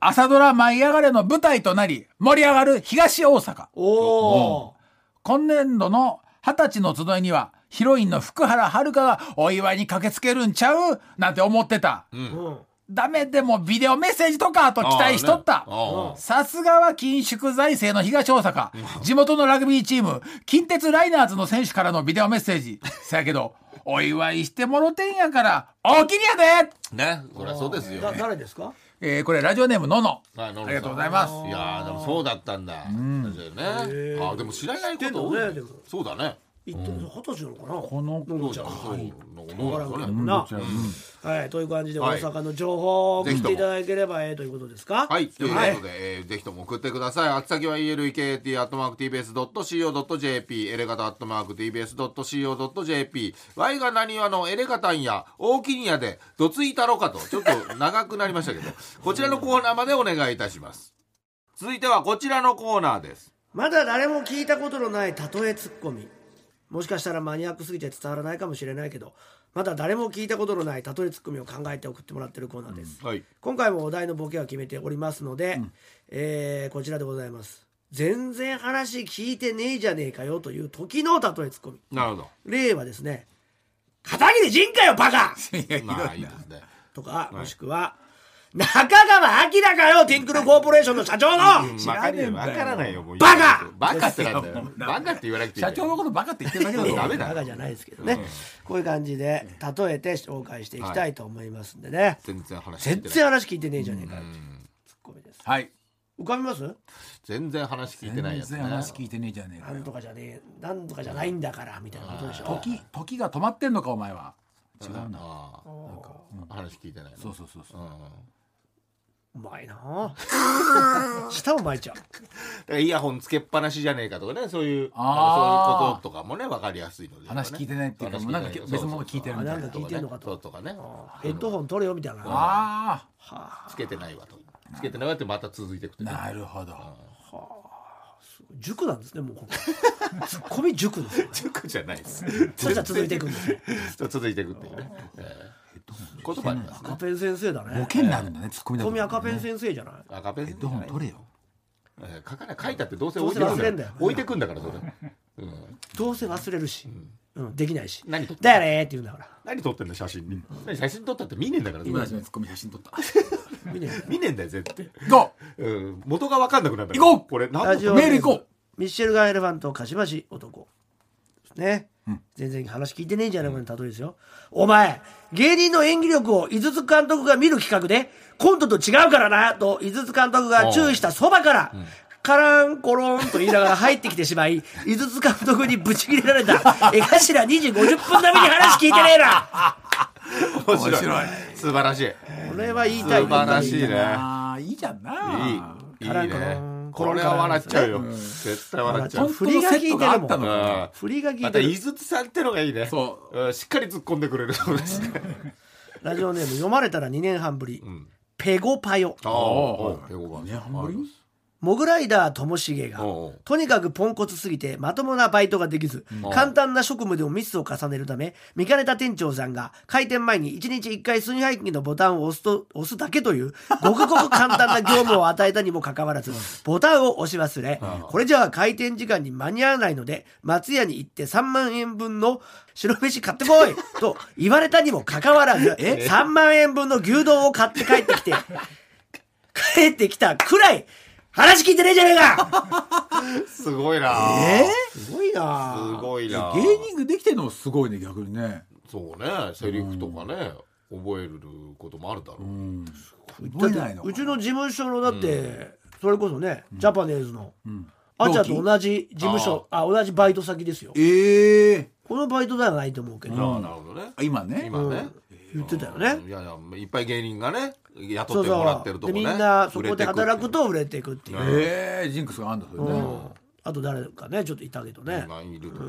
[SPEAKER 3] 朝ドラ舞い上がれの舞台となり、盛り上がる東大阪。
[SPEAKER 1] おお
[SPEAKER 3] 今年度の二十歳の集いには、ヒロインの福原遥がお祝いに駆けつけるんちゃうなんて思ってた。
[SPEAKER 1] うん、
[SPEAKER 3] ダメでもビデオメッセージとかと期待しとった
[SPEAKER 2] あ。ーね
[SPEAKER 3] さすがは緊縮財政の東大阪。地元のラグビーチーム、近鉄ライナーズの選手からのビデオメッセージ。せやけど、お祝いしてもろてんやから、おきにやで
[SPEAKER 2] うんね、そりゃそうですよ
[SPEAKER 1] だ。誰ですか
[SPEAKER 3] えーこれラジオネームのの。
[SPEAKER 2] はい
[SPEAKER 3] ありがとうございます。
[SPEAKER 2] いやーでもそうだったんだ。うん、ね。あーでも知らないこと多
[SPEAKER 1] 知ってん
[SPEAKER 2] い
[SPEAKER 1] のねでも
[SPEAKER 2] そうだね。
[SPEAKER 1] 一等二十歳なのかな
[SPEAKER 3] この
[SPEAKER 1] のんちゃん
[SPEAKER 2] そう
[SPEAKER 1] は
[SPEAKER 2] なんかどうなんですか
[SPEAKER 1] な、
[SPEAKER 2] ね。
[SPEAKER 1] はい、という感じで
[SPEAKER 2] は
[SPEAKER 1] 大
[SPEAKER 2] い
[SPEAKER 1] 阪の情報を送
[SPEAKER 2] ぜ
[SPEAKER 1] っ
[SPEAKER 2] ひとも
[SPEAKER 1] ていただければええということですか
[SPEAKER 2] はい。ということで、えーぜひとも送ってください。あつ先は elekt.tbs.co.jp、エレガタ .tbs.co.jp、y が何話のエレガタンや、大きにやで、どついたろかと、ちょっと長くなりましたけど、こちらのコーナーまでお願いいたします。続いてはこちらのコーナーです。
[SPEAKER 1] まだ誰も聞いたことのない例えツッコミもしかしたらマニアックすぎて伝わらないかもしれないけどまだ誰も聞いたことのない例えツッコミを考えて送ってもらってるコーナーです、
[SPEAKER 2] はい。
[SPEAKER 1] 今回もお題のボケは決めておりますので、えーこちらでございます全然話聞いてねえじゃねえかよという時の例えツッコミ
[SPEAKER 2] なるほど。
[SPEAKER 1] 例はですね「片桐仁かよバカ!
[SPEAKER 3] いや、ひど
[SPEAKER 2] まあい
[SPEAKER 3] い
[SPEAKER 2] い
[SPEAKER 3] な
[SPEAKER 2] で。すね。」
[SPEAKER 1] とかもしくは「中川明かよティンクルコーポレーションの社長の!」
[SPEAKER 2] わかるよわからないよもう
[SPEAKER 1] バカ
[SPEAKER 2] バカってなんだよバカって言わなくていい
[SPEAKER 3] 社長のことバカって言ってるだけだ
[SPEAKER 2] いや
[SPEAKER 3] ぞ
[SPEAKER 2] ダ。メだ
[SPEAKER 1] バカじゃないですけどね、こういう感じで例えて紹介していきたいと思いますんでね、
[SPEAKER 2] 全然話聞い
[SPEAKER 1] 全
[SPEAKER 2] てない
[SPEAKER 1] 然話聞いてねえじゃねえかよっていうツッコミです
[SPEAKER 3] はい。
[SPEAKER 1] 浮かびます
[SPEAKER 2] 全然話聞いてない
[SPEAKER 3] 全
[SPEAKER 2] やつね
[SPEAKER 3] 然話聞いてねえじゃねえ
[SPEAKER 1] な
[SPEAKER 3] か
[SPEAKER 1] ん
[SPEAKER 3] よ。
[SPEAKER 1] とかじゃねえなんとかじゃないんだからみたいなことでしょ
[SPEAKER 3] 時、時が止まってんのか、お前は。違うな。
[SPEAKER 2] ああ話聞いてない
[SPEAKER 3] そう
[SPEAKER 2] そ
[SPEAKER 3] そうそうそう。
[SPEAKER 2] うんだか
[SPEAKER 1] うまいなあ舌を巻いちゃう
[SPEAKER 2] らイヤホンつけっぱなしじゃねえかとかねそういう
[SPEAKER 3] あー
[SPEAKER 2] そういうこととかもねわかりやすいので
[SPEAKER 3] 話聞いてないっていうか
[SPEAKER 2] 話
[SPEAKER 3] も
[SPEAKER 2] 聞て
[SPEAKER 3] うなんか別のもの聞いてるみたいな
[SPEAKER 1] あなんか聞いてんのかと
[SPEAKER 2] そうとかね
[SPEAKER 1] ヘッドホン取れよみたいな
[SPEAKER 3] あ
[SPEAKER 2] つけてないわとつけてないわってまた続いてく
[SPEAKER 3] あ、
[SPEAKER 2] とね
[SPEAKER 3] なるほど。
[SPEAKER 1] 塾なんですねもうここツッコミ塾ですよ
[SPEAKER 2] 塾じゃないで す
[SPEAKER 1] そしたら続いていくんですね
[SPEAKER 2] そう続いていくっていうね言葉ありますね
[SPEAKER 1] 赤ペン先生だね
[SPEAKER 3] ボケになるんだね、ツッコミ
[SPEAKER 1] ツ
[SPEAKER 3] だ
[SPEAKER 1] ッコミ赤
[SPEAKER 3] と。
[SPEAKER 1] ペン先生じゃない
[SPEAKER 2] 赤ペン
[SPEAKER 3] ヘッドホン取れよ。
[SPEAKER 2] えー書かない書いたってどうせ置いてくん
[SPEAKER 1] どうせ忘
[SPEAKER 2] だ
[SPEAKER 1] れ
[SPEAKER 2] よ
[SPEAKER 1] んだよ
[SPEAKER 2] 置いてくんだからそれ、うん、
[SPEAKER 1] どうせ忘れるしうんできないし
[SPEAKER 2] 何撮って
[SPEAKER 1] だよねーって言うんだから
[SPEAKER 2] 何撮ってんの写真に、何写真撮ったって見ねえんだからそれ
[SPEAKER 3] 今のツッコミ写真撮 った。
[SPEAKER 1] 見ね
[SPEAKER 2] 見ねえんだよ絶対、
[SPEAKER 3] 行こ
[SPEAKER 2] うん、元が分かんなくなるんだ
[SPEAKER 3] 行こう
[SPEAKER 2] これ何
[SPEAKER 1] ラジオ
[SPEAKER 3] メール行こ
[SPEAKER 1] ミッシェルガン・エレファントかしばし男ね、全然話聞いてねえんじゃないかの例えですよ、お前芸人の演技力を井筒監督が見る企画でコントと違うからなと井筒監督が注意したそばから、カランコロンと言いながら入ってきてしまい、 井筒監督にブチ切れられた、 江頭2時50分ために話聞いてねえな
[SPEAKER 2] 面白い
[SPEAKER 3] 面白い。
[SPEAKER 2] 素晴らしい
[SPEAKER 1] これは言い
[SPEAKER 2] 素
[SPEAKER 1] たい
[SPEAKER 2] 晴らしいうね
[SPEAKER 3] ああ、いいじゃん
[SPEAKER 2] いい
[SPEAKER 3] な。
[SPEAKER 2] いい
[SPEAKER 1] カランコロ
[SPEAKER 2] ね
[SPEAKER 1] ン
[SPEAKER 2] これは笑っちゃうよ、絶対笑っちゃう
[SPEAKER 3] 本当のセットがあったの
[SPEAKER 2] うん
[SPEAKER 3] か。
[SPEAKER 1] 振りが聞い
[SPEAKER 2] ま
[SPEAKER 1] て
[SPEAKER 2] た
[SPEAKER 1] る
[SPEAKER 2] 井筒さんってのがいいね
[SPEAKER 3] そ
[SPEAKER 2] うんしっかり突っ込んでくれるそうですね
[SPEAKER 1] ラジオネーム読まれたら2年半ぶり、ペゴパヨ
[SPEAKER 2] ああ
[SPEAKER 3] おう
[SPEAKER 2] 英語版
[SPEAKER 3] ねあんまり
[SPEAKER 1] モグライダーともしげが
[SPEAKER 2] おうおう
[SPEAKER 1] とにかくポンコツすぎてまともなバイトができず簡単な職務でもミスを重ねるため見かねた店長さんが開店前に1日1回炊飯器のボタンを押すと押すだけというごくごく簡単な業務を与えたにもかかわらずボタンを押し忘れこれじゃあ開店時間に間に合わないので松屋に行って3万円分の白飯買ってこいと言われたにもかかわらず3万円分の牛丼を買って帰ってきて帰ってきたくらい話聞いてねえじゃねえか
[SPEAKER 2] すごいな
[SPEAKER 3] え
[SPEAKER 1] すごい
[SPEAKER 2] す
[SPEAKER 1] な
[SPEAKER 2] ごいな
[SPEAKER 3] ー芸人ができてるのもすごいね、逆にね。
[SPEAKER 2] そうねセリフとかね、覚えることもあるだろう、
[SPEAKER 3] 覚えないのか
[SPEAKER 1] うちの事務所のだって、それこそね、ジャパネーズの、あちゃんと同じ事務所あ同じバイト先ですよ
[SPEAKER 3] ええ。
[SPEAKER 1] このバイトではないと思うけど、
[SPEAKER 2] ああなるほどね
[SPEAKER 3] あ今ね。
[SPEAKER 2] 今ね、
[SPEAKER 1] 言ってたよね、
[SPEAKER 2] いやいやいっぱい芸人がね雇
[SPEAKER 1] そう
[SPEAKER 2] ってもら
[SPEAKER 1] そ
[SPEAKER 2] ってる
[SPEAKER 1] う
[SPEAKER 2] と
[SPEAKER 1] で
[SPEAKER 2] こね
[SPEAKER 1] みんなそこで働
[SPEAKER 2] 売れて
[SPEAKER 1] くと売れていくっていう、
[SPEAKER 3] ええ、ジンクスがあんだ、それ
[SPEAKER 1] う
[SPEAKER 3] ね。
[SPEAKER 1] んあと誰かねちょっといたけどね、
[SPEAKER 2] くまあいると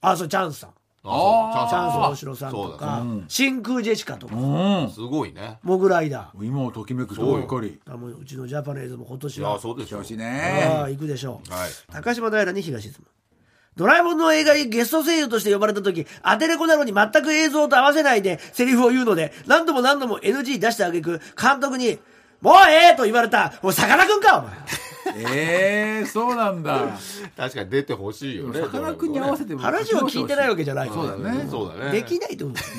[SPEAKER 1] あそうチャンスさん
[SPEAKER 2] ああ
[SPEAKER 1] チャンス
[SPEAKER 2] そう
[SPEAKER 1] 大城さんと
[SPEAKER 2] そうだ
[SPEAKER 1] か、真空ジェシカとか、
[SPEAKER 3] うん。
[SPEAKER 2] すごいね
[SPEAKER 1] モグライダー
[SPEAKER 3] 今をときめく人ばっかり。
[SPEAKER 1] あもううちのジャパネーズも今年
[SPEAKER 2] いや
[SPEAKER 1] は
[SPEAKER 2] そうですよ
[SPEAKER 3] 調子
[SPEAKER 1] あ
[SPEAKER 3] ね。
[SPEAKER 1] あ行くでしょう、
[SPEAKER 2] はい
[SPEAKER 1] 高島平に東進むドラえもんの映画にゲスト声優として呼ばれた時アテレコなのに全く映像と合わせないでセリフを言うので何度も何度も NG 出した挙句監督に「もうええ!」と言われた「もうさかなクンかお前
[SPEAKER 3] ええ、そうなんだ。
[SPEAKER 2] 確かに出てほしいよね
[SPEAKER 3] さかなクンに合わせても
[SPEAKER 1] 話を聞いてないわけじゃない
[SPEAKER 3] そうだ
[SPEAKER 2] どれもね
[SPEAKER 3] ね。
[SPEAKER 2] そうだね
[SPEAKER 1] できないってことです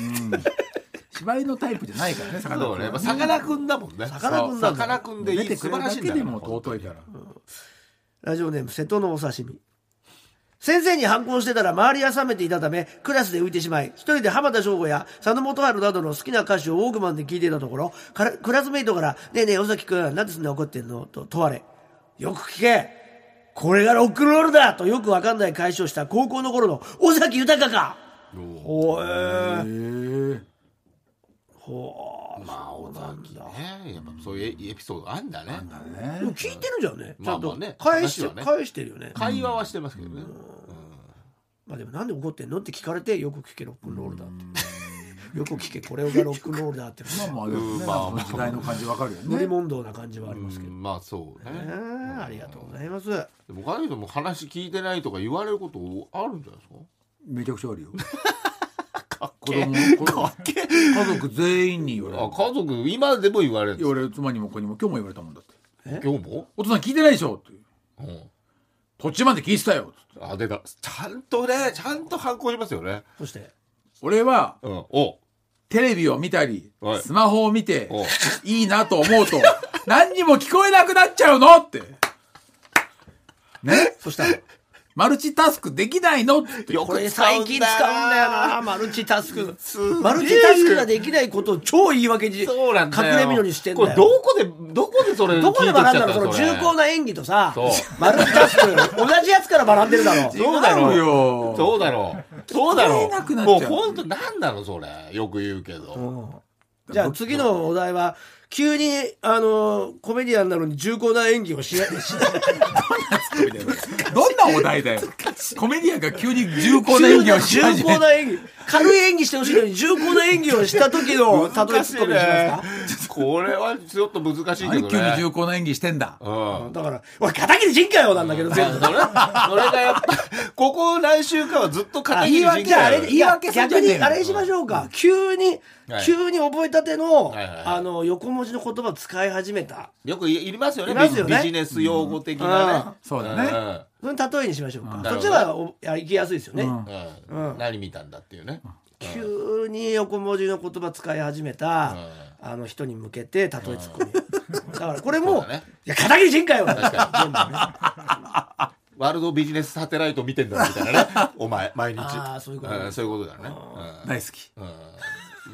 [SPEAKER 3] 芝居のタイプじゃないからね、さかな
[SPEAKER 2] そう
[SPEAKER 3] ク
[SPEAKER 2] ね
[SPEAKER 3] ン
[SPEAKER 2] やっ
[SPEAKER 3] は
[SPEAKER 2] ぱさかなクンだもんねさ
[SPEAKER 1] かなクンだもん
[SPEAKER 2] かなクンでい
[SPEAKER 3] 出
[SPEAKER 2] い
[SPEAKER 3] て
[SPEAKER 2] 素
[SPEAKER 3] く
[SPEAKER 2] 晴
[SPEAKER 3] れる
[SPEAKER 2] ら
[SPEAKER 3] だ
[SPEAKER 2] しいん
[SPEAKER 3] け
[SPEAKER 2] だ
[SPEAKER 3] で
[SPEAKER 2] から
[SPEAKER 3] も尊いから。
[SPEAKER 1] ラジオネーム瀬戸のお刺身先生に反抗してたら周りが冷めていたためクラスで浮いてしまい一人で浜田省吾や佐野元春などの好きな歌手をウォークマンで聞いていたところからクラスメイトから「ねえねえ尾崎君なんでそんな怒ってんの?」と問われ「よく聞けこれがロックンロールだ!」とよくわかんない返しをした高校の頃の尾崎豊かほえー、
[SPEAKER 3] え
[SPEAKER 1] ほー
[SPEAKER 2] まあ尾崎ねやっぱそういうエピソードあんだね
[SPEAKER 1] でも聞いてるじゃんねちゃん
[SPEAKER 2] ま
[SPEAKER 1] と
[SPEAKER 2] あまあね
[SPEAKER 1] 返して,、
[SPEAKER 2] 話はね
[SPEAKER 1] 返してるよね
[SPEAKER 2] 会話はしてますけどね
[SPEAKER 1] まあでもなんで怒ってんのって聞かれてよく聞けロックンロールだって よく聞けこれがロックンロールだって
[SPEAKER 3] え。まあまあでもね、
[SPEAKER 2] まあ
[SPEAKER 3] なんか時代の感じわかるよ
[SPEAKER 1] 無理
[SPEAKER 3] ね。
[SPEAKER 1] 問答な感じはありますけ
[SPEAKER 2] うんまあそうね
[SPEAKER 1] どね、ありがとうございます
[SPEAKER 2] でも他の人も話聞いてないとか言われることあるんじゃないですか
[SPEAKER 3] めちゃくちゃあるよ。
[SPEAKER 2] 子
[SPEAKER 3] 子供
[SPEAKER 2] かっけえ
[SPEAKER 3] 家族全員に言われ
[SPEAKER 2] あ
[SPEAKER 3] る。
[SPEAKER 2] 家族今でも言われるんで
[SPEAKER 3] 言われる妻にも子にも今日も言われたもんだっ
[SPEAKER 2] す
[SPEAKER 3] て。
[SPEAKER 2] 今日も
[SPEAKER 3] お父さん聞いてないでしょって。
[SPEAKER 2] うん
[SPEAKER 3] 途中まで聞いてたよ。
[SPEAKER 2] あ出たちゃんとねちゃんと反抗しますよね
[SPEAKER 1] そして
[SPEAKER 3] 俺は、
[SPEAKER 2] うんお
[SPEAKER 3] テレビを見たり
[SPEAKER 2] は、い
[SPEAKER 3] スマホを見て
[SPEAKER 2] おう、
[SPEAKER 3] いいなと思うと、何にも聞こえなくなっちゃうのって。ね
[SPEAKER 1] そした ら
[SPEAKER 3] マルチタスクできないのって。
[SPEAKER 2] よ
[SPEAKER 1] こ
[SPEAKER 2] く
[SPEAKER 1] れ
[SPEAKER 2] 使
[SPEAKER 1] 最
[SPEAKER 2] うんだ
[SPEAKER 1] 近使うんだよなマルチタスク
[SPEAKER 2] す
[SPEAKER 1] マルチタスクができないことを超言い訳に隠
[SPEAKER 2] そうなんだよ
[SPEAKER 1] れみのにしてんだ
[SPEAKER 2] これ
[SPEAKER 1] よ
[SPEAKER 2] どこでどこでそれ
[SPEAKER 1] どこで学んだのその重
[SPEAKER 2] 聞いてきちゃった
[SPEAKER 1] 厚な演技とさ
[SPEAKER 2] そう
[SPEAKER 1] マルチタスク同じやつから学んでるだ ろ
[SPEAKER 2] それそうだろ
[SPEAKER 3] 違うよ
[SPEAKER 2] そうだろうそうだろ
[SPEAKER 3] 聞こえなく
[SPEAKER 2] う
[SPEAKER 3] なっ
[SPEAKER 2] もう
[SPEAKER 3] ちゃう
[SPEAKER 2] 本当なんなのそれよく言うけど
[SPEAKER 1] うんじゃあ次のお題は急にあのコメディアンなのに重厚な演技を しないし
[SPEAKER 3] どんなお題だよ。コメディアンが急に重厚
[SPEAKER 1] 重
[SPEAKER 3] な演
[SPEAKER 1] 厚
[SPEAKER 3] 技をし始め
[SPEAKER 1] な演技軽い演技してほしいのに重厚な演技をした時の例えツッコミにしますか
[SPEAKER 2] これはちょっと難しいけ
[SPEAKER 3] 何
[SPEAKER 2] ど
[SPEAKER 3] 急に重
[SPEAKER 2] ね
[SPEAKER 3] 厚な演技してんだ。
[SPEAKER 2] うん
[SPEAKER 1] だから「おい片桐仁かよ」なんだけど全部
[SPEAKER 2] それそれがやっぱここ来週かはずっと片
[SPEAKER 1] 言
[SPEAKER 2] 桐
[SPEAKER 1] い
[SPEAKER 2] 仁
[SPEAKER 1] 訳
[SPEAKER 2] じ
[SPEAKER 1] じ
[SPEAKER 2] ゃ
[SPEAKER 1] ゃあ
[SPEAKER 2] ん
[SPEAKER 1] あれ
[SPEAKER 3] 言い訳さんじゃ
[SPEAKER 1] 逆
[SPEAKER 3] ねえの
[SPEAKER 1] にあれにしましょうか急に
[SPEAKER 2] はい
[SPEAKER 1] 急に覚えたての
[SPEAKER 2] はいはいはい
[SPEAKER 1] あの横文字の言葉を使い始めた
[SPEAKER 2] よくいりますよね
[SPEAKER 1] いますよね
[SPEAKER 2] ビジネス用語的なね
[SPEAKER 3] そうだね
[SPEAKER 2] ん
[SPEAKER 1] それに例えにしましょうか
[SPEAKER 2] ん
[SPEAKER 1] そっちはおいや行きやすいですよね
[SPEAKER 3] ん
[SPEAKER 2] うん
[SPEAKER 1] うん
[SPEAKER 2] 何見たんだっていうね
[SPEAKER 1] 急に横文字の言葉使い始めた、あの人に向けて例えツッコミ、 だからこれ
[SPEAKER 2] そ
[SPEAKER 1] も
[SPEAKER 2] うだね
[SPEAKER 1] いや片桐仁かよ」全部ね
[SPEAKER 2] ワールドビジネスサテライト見てんだろみたいなねお前毎日
[SPEAKER 1] あーそういうことね
[SPEAKER 2] んそういうことだよね
[SPEAKER 3] 大好き。
[SPEAKER 2] うんうん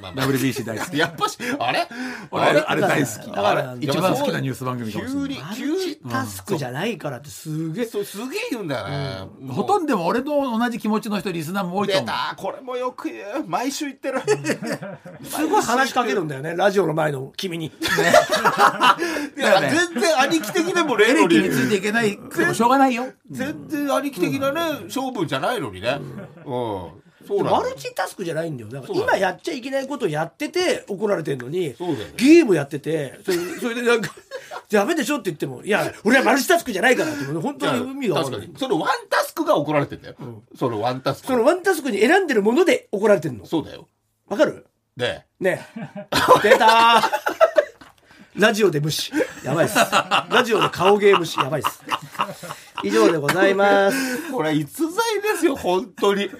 [SPEAKER 2] まあまあ
[SPEAKER 3] WBC 大好き。
[SPEAKER 2] やっぱしあれ
[SPEAKER 3] 俺あれあれ大好き。
[SPEAKER 1] だから
[SPEAKER 2] あれ
[SPEAKER 3] 一番好きなニュース番組かもしれ
[SPEAKER 2] 急
[SPEAKER 3] ない
[SPEAKER 2] に
[SPEAKER 1] マ
[SPEAKER 2] 急
[SPEAKER 1] ルチ
[SPEAKER 2] に
[SPEAKER 1] タスクじゃないからってすげえ
[SPEAKER 2] そうすげえ言うんだよねもう
[SPEAKER 3] ほとんどでも俺と同じ気持ちの人リスナーも多いと
[SPEAKER 2] 出
[SPEAKER 3] 思
[SPEAKER 2] たこれもよく言う毎週言ってる
[SPEAKER 1] すごい話しかけるんだよねラジオの前の君に
[SPEAKER 2] いや
[SPEAKER 3] だよね
[SPEAKER 2] 全然兄貴的でも
[SPEAKER 3] う。エ
[SPEAKER 2] 例
[SPEAKER 3] レ
[SPEAKER 2] の
[SPEAKER 3] キにつ
[SPEAKER 2] に
[SPEAKER 3] いていけないくもしょうがないよ。
[SPEAKER 2] 全然兄貴的なね勝負じゃないのにねうんそうなの
[SPEAKER 1] マルチタスクじゃないんだよだから
[SPEAKER 2] そう
[SPEAKER 1] 今
[SPEAKER 2] だ
[SPEAKER 1] やっちゃいけないことやってて怒られてんのに
[SPEAKER 2] そうだよね
[SPEAKER 1] ゲームやってて それそれでなんか「ダメでしょ」って言っても「いや俺はマルチタスクじゃないから」って本当に海が
[SPEAKER 2] 確
[SPEAKER 1] 分か
[SPEAKER 2] か
[SPEAKER 1] る
[SPEAKER 2] にそのワンタスクが怒られてんだよ、そのワンタスク
[SPEAKER 1] そのワンタスクに選んでるもので怒られてんの
[SPEAKER 2] そうだよ
[SPEAKER 1] わかる
[SPEAKER 2] で
[SPEAKER 1] ねえ出たーラジオで無視やばいっすラジオで顔芸無視やばいっす以上でございます
[SPEAKER 2] これ逸材ですよ本当に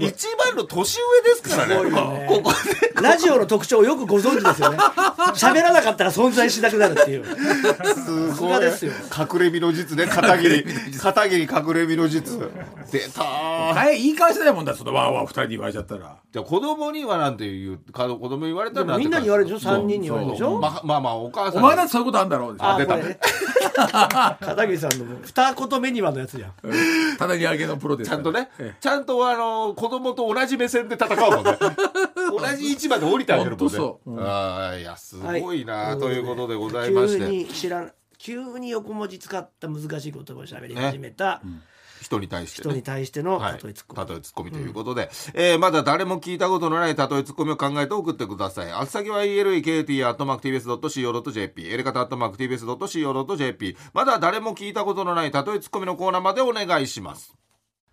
[SPEAKER 2] 一番の年上ですからね
[SPEAKER 1] すごいよね
[SPEAKER 2] ここで
[SPEAKER 1] ラジオの特徴をよくご存知ですよね喋らなかったら存在しなくなるっていう
[SPEAKER 2] す
[SPEAKER 1] ごいねですよ
[SPEAKER 2] 隠れ身の術ね片桐片桐隠れ身の術出たー
[SPEAKER 3] はい、言い返せないもんだ、そのわーわー二人で言われちゃったら。
[SPEAKER 2] じゃあ子供にはなんていうか子供に言われた
[SPEAKER 1] で
[SPEAKER 2] らな
[SPEAKER 1] も
[SPEAKER 2] ん
[SPEAKER 1] み
[SPEAKER 2] て
[SPEAKER 1] んなに言われるでしょ3人に言われるでしょ
[SPEAKER 2] ままあまあお母さ
[SPEAKER 3] お
[SPEAKER 2] ん
[SPEAKER 3] 前だってそういうことあんだろう。
[SPEAKER 1] あ
[SPEAKER 2] 出
[SPEAKER 1] こ
[SPEAKER 2] た
[SPEAKER 1] れ ね片桐さんのもう二言目にはのやつじゃん
[SPEAKER 3] ただに上げのプロです
[SPEAKER 2] ちゃ
[SPEAKER 3] から。
[SPEAKER 2] んとね
[SPEAKER 3] ええ、
[SPEAKER 2] ちゃんとあの子供と同じ目線で戦うも んね。同じ位置まで降りてあげるもん
[SPEAKER 3] ほん
[SPEAKER 2] ね。
[SPEAKER 3] とそううん
[SPEAKER 2] ああ、いや、す
[SPEAKER 1] は
[SPEAKER 2] ごいな、ということでございまし
[SPEAKER 1] 急
[SPEAKER 2] て、
[SPEAKER 1] に知らん急に横文字使った難しい言葉を喋り始めた
[SPEAKER 2] 人に対して、
[SPEAKER 1] 人
[SPEAKER 2] ね。
[SPEAKER 1] に対しての
[SPEAKER 2] はい、
[SPEAKER 1] 例
[SPEAKER 2] 例
[SPEAKER 1] え
[SPEAKER 2] え
[SPEAKER 1] ツ
[SPEAKER 2] ツ
[SPEAKER 1] ッコミ
[SPEAKER 2] ッコミということで、えーまだ誰も聞いたことのない例えツッコミを考えて送ってください。あつ先は elekt.tbs.co.jp、エレカタ .tbs.co.jp、まだ誰も聞いたことのない例えツッコミのコーナーまでお願いします。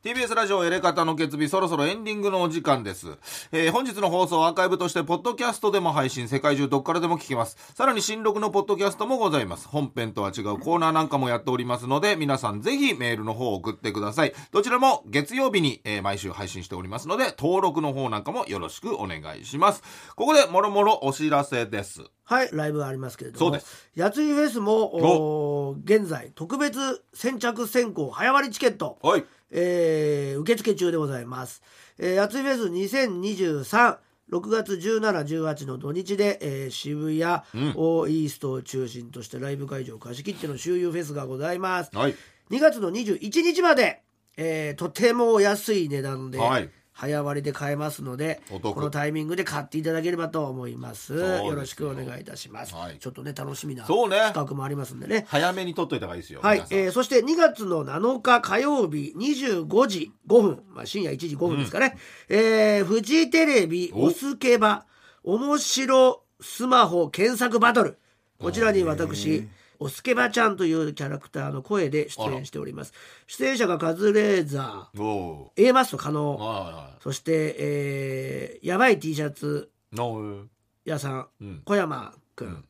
[SPEAKER 2] TBS ラジオエレカタの決日そろそろエンディングのお時間です、えー本日の放送はアーカイブとしてポッドキャストでも配信世界中どっからでも聞けますさらに新録のポッドキャストもございます本編とは違うコーナーなんかもやっておりますので皆さんぜひメールの方を送ってくださいどちらも月曜日に、えー毎週配信しておりますので登録の方なんかもよろしくお願いしますここでもろもろお知らせです
[SPEAKER 1] はい、ライブがありますけれども、
[SPEAKER 2] そうです
[SPEAKER 1] やついフェスもおー現在特別先着先行早割りチケット、
[SPEAKER 2] はい
[SPEAKER 1] えー受付中でございます。えー、やついフェス2023 6月1718の土日で、えー渋谷をイーストを中心としてライブ会場を貸し切っての周遊フェスがございます。
[SPEAKER 2] はい
[SPEAKER 1] 2月の21日まで、えーとてもお安い値段で、
[SPEAKER 2] はい
[SPEAKER 1] 早割りで買えますので
[SPEAKER 2] お得
[SPEAKER 1] このタイミングで買っていただければと思います
[SPEAKER 2] ですよ
[SPEAKER 1] よろしくお願いいたします、
[SPEAKER 2] はい
[SPEAKER 1] ちょっとね楽しみな
[SPEAKER 2] そうね
[SPEAKER 1] 企画もありますんでね
[SPEAKER 2] 早めに撮っといた方がいいですよ
[SPEAKER 1] はい
[SPEAKER 2] 皆、さん
[SPEAKER 1] えーそして2月の7日火曜日25時5分、まあ、深夜1時5分ですかね、えーフジテレビ「
[SPEAKER 2] お
[SPEAKER 1] おすけば面白スマホ検索バトル」こちらに私おすけばちゃんというキャラクターの声で出演しております出演者がカズレーザ
[SPEAKER 2] おお
[SPEAKER 1] ー A マスト可能
[SPEAKER 2] ーは
[SPEAKER 1] そして、えーやばい T シャツ
[SPEAKER 2] いはいはい
[SPEAKER 1] 屋さん、
[SPEAKER 2] うん
[SPEAKER 1] 小山君、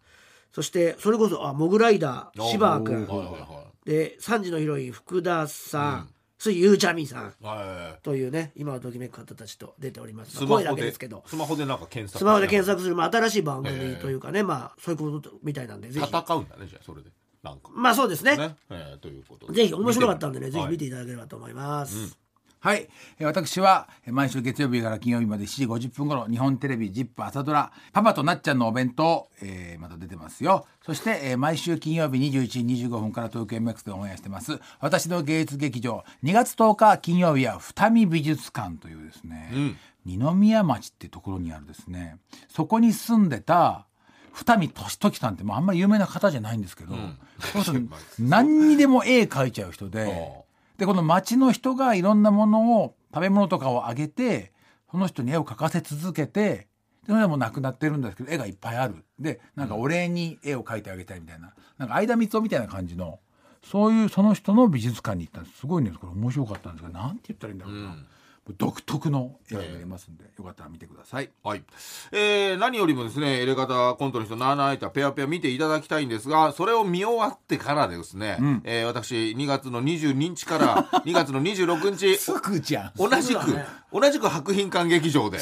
[SPEAKER 1] そしてそれこそあモグライダー
[SPEAKER 2] おー
[SPEAKER 1] シバー君
[SPEAKER 2] はいはいはい
[SPEAKER 1] で3時のヒロイン福田さん、そしてゆうちゃみさん
[SPEAKER 2] はい
[SPEAKER 1] というね今をときめく方たちと出ております
[SPEAKER 2] スマ
[SPEAKER 1] 声だ
[SPEAKER 2] ホ
[SPEAKER 1] けで
[SPEAKER 2] です
[SPEAKER 1] けど
[SPEAKER 2] スマホでなんか検索
[SPEAKER 1] スマホで検
[SPEAKER 2] 索
[SPEAKER 1] 索する、まあ、新しい番組
[SPEAKER 2] ええ
[SPEAKER 1] というかね、まあそういうことみたいなんでぜひ
[SPEAKER 2] 戦うんだねじゃあそれでなんか
[SPEAKER 1] まあそうですね
[SPEAKER 2] ねえーということで
[SPEAKER 1] ぜひ面白かったんでねぜひ見て
[SPEAKER 2] はい
[SPEAKER 1] ただければと思います、
[SPEAKER 3] はい。えー私は、えー毎週月曜日から金曜日まで7時50分頃、日本テレビ、ジップ朝ドラ、パパとなっちゃんのお弁当、えーまた出てますよ。そして、えー毎週金曜日21時25分から東京 MX でオンエアしてます。私の芸術劇場、2月10日金曜日は、二見美術館というですね、二宮町ってところにあるですね、そこに住んでた、二見俊時さんって、まあ、あんまり有名な方じゃないんですけど、こ の人何にでも絵描いちゃう人で、でこの町の人がいろんなものを食べ物とかをあげてその人に絵を描かせ続けてでそれでもう亡くなってるんですけど絵がいっぱいあるでなんかお礼に絵を描いてあげたいみたいななんか相田光夫みたいな感じのそういうその人の美術館に行ったんですすごいねこれ面白かったんですけどなんて言ったらいいんだろうな、もう独特の絵が描けますんで、よかったら見てください。
[SPEAKER 2] はい、えー何よりもですねエレガタコントの人ナーナーイタペアペア見ていただきたいんですがそれを見終わってからですね、えー私2月の22日から2月の26日
[SPEAKER 3] すぐじゃん
[SPEAKER 2] 同じく、
[SPEAKER 1] そうだね
[SPEAKER 2] 同じく博品館劇場で、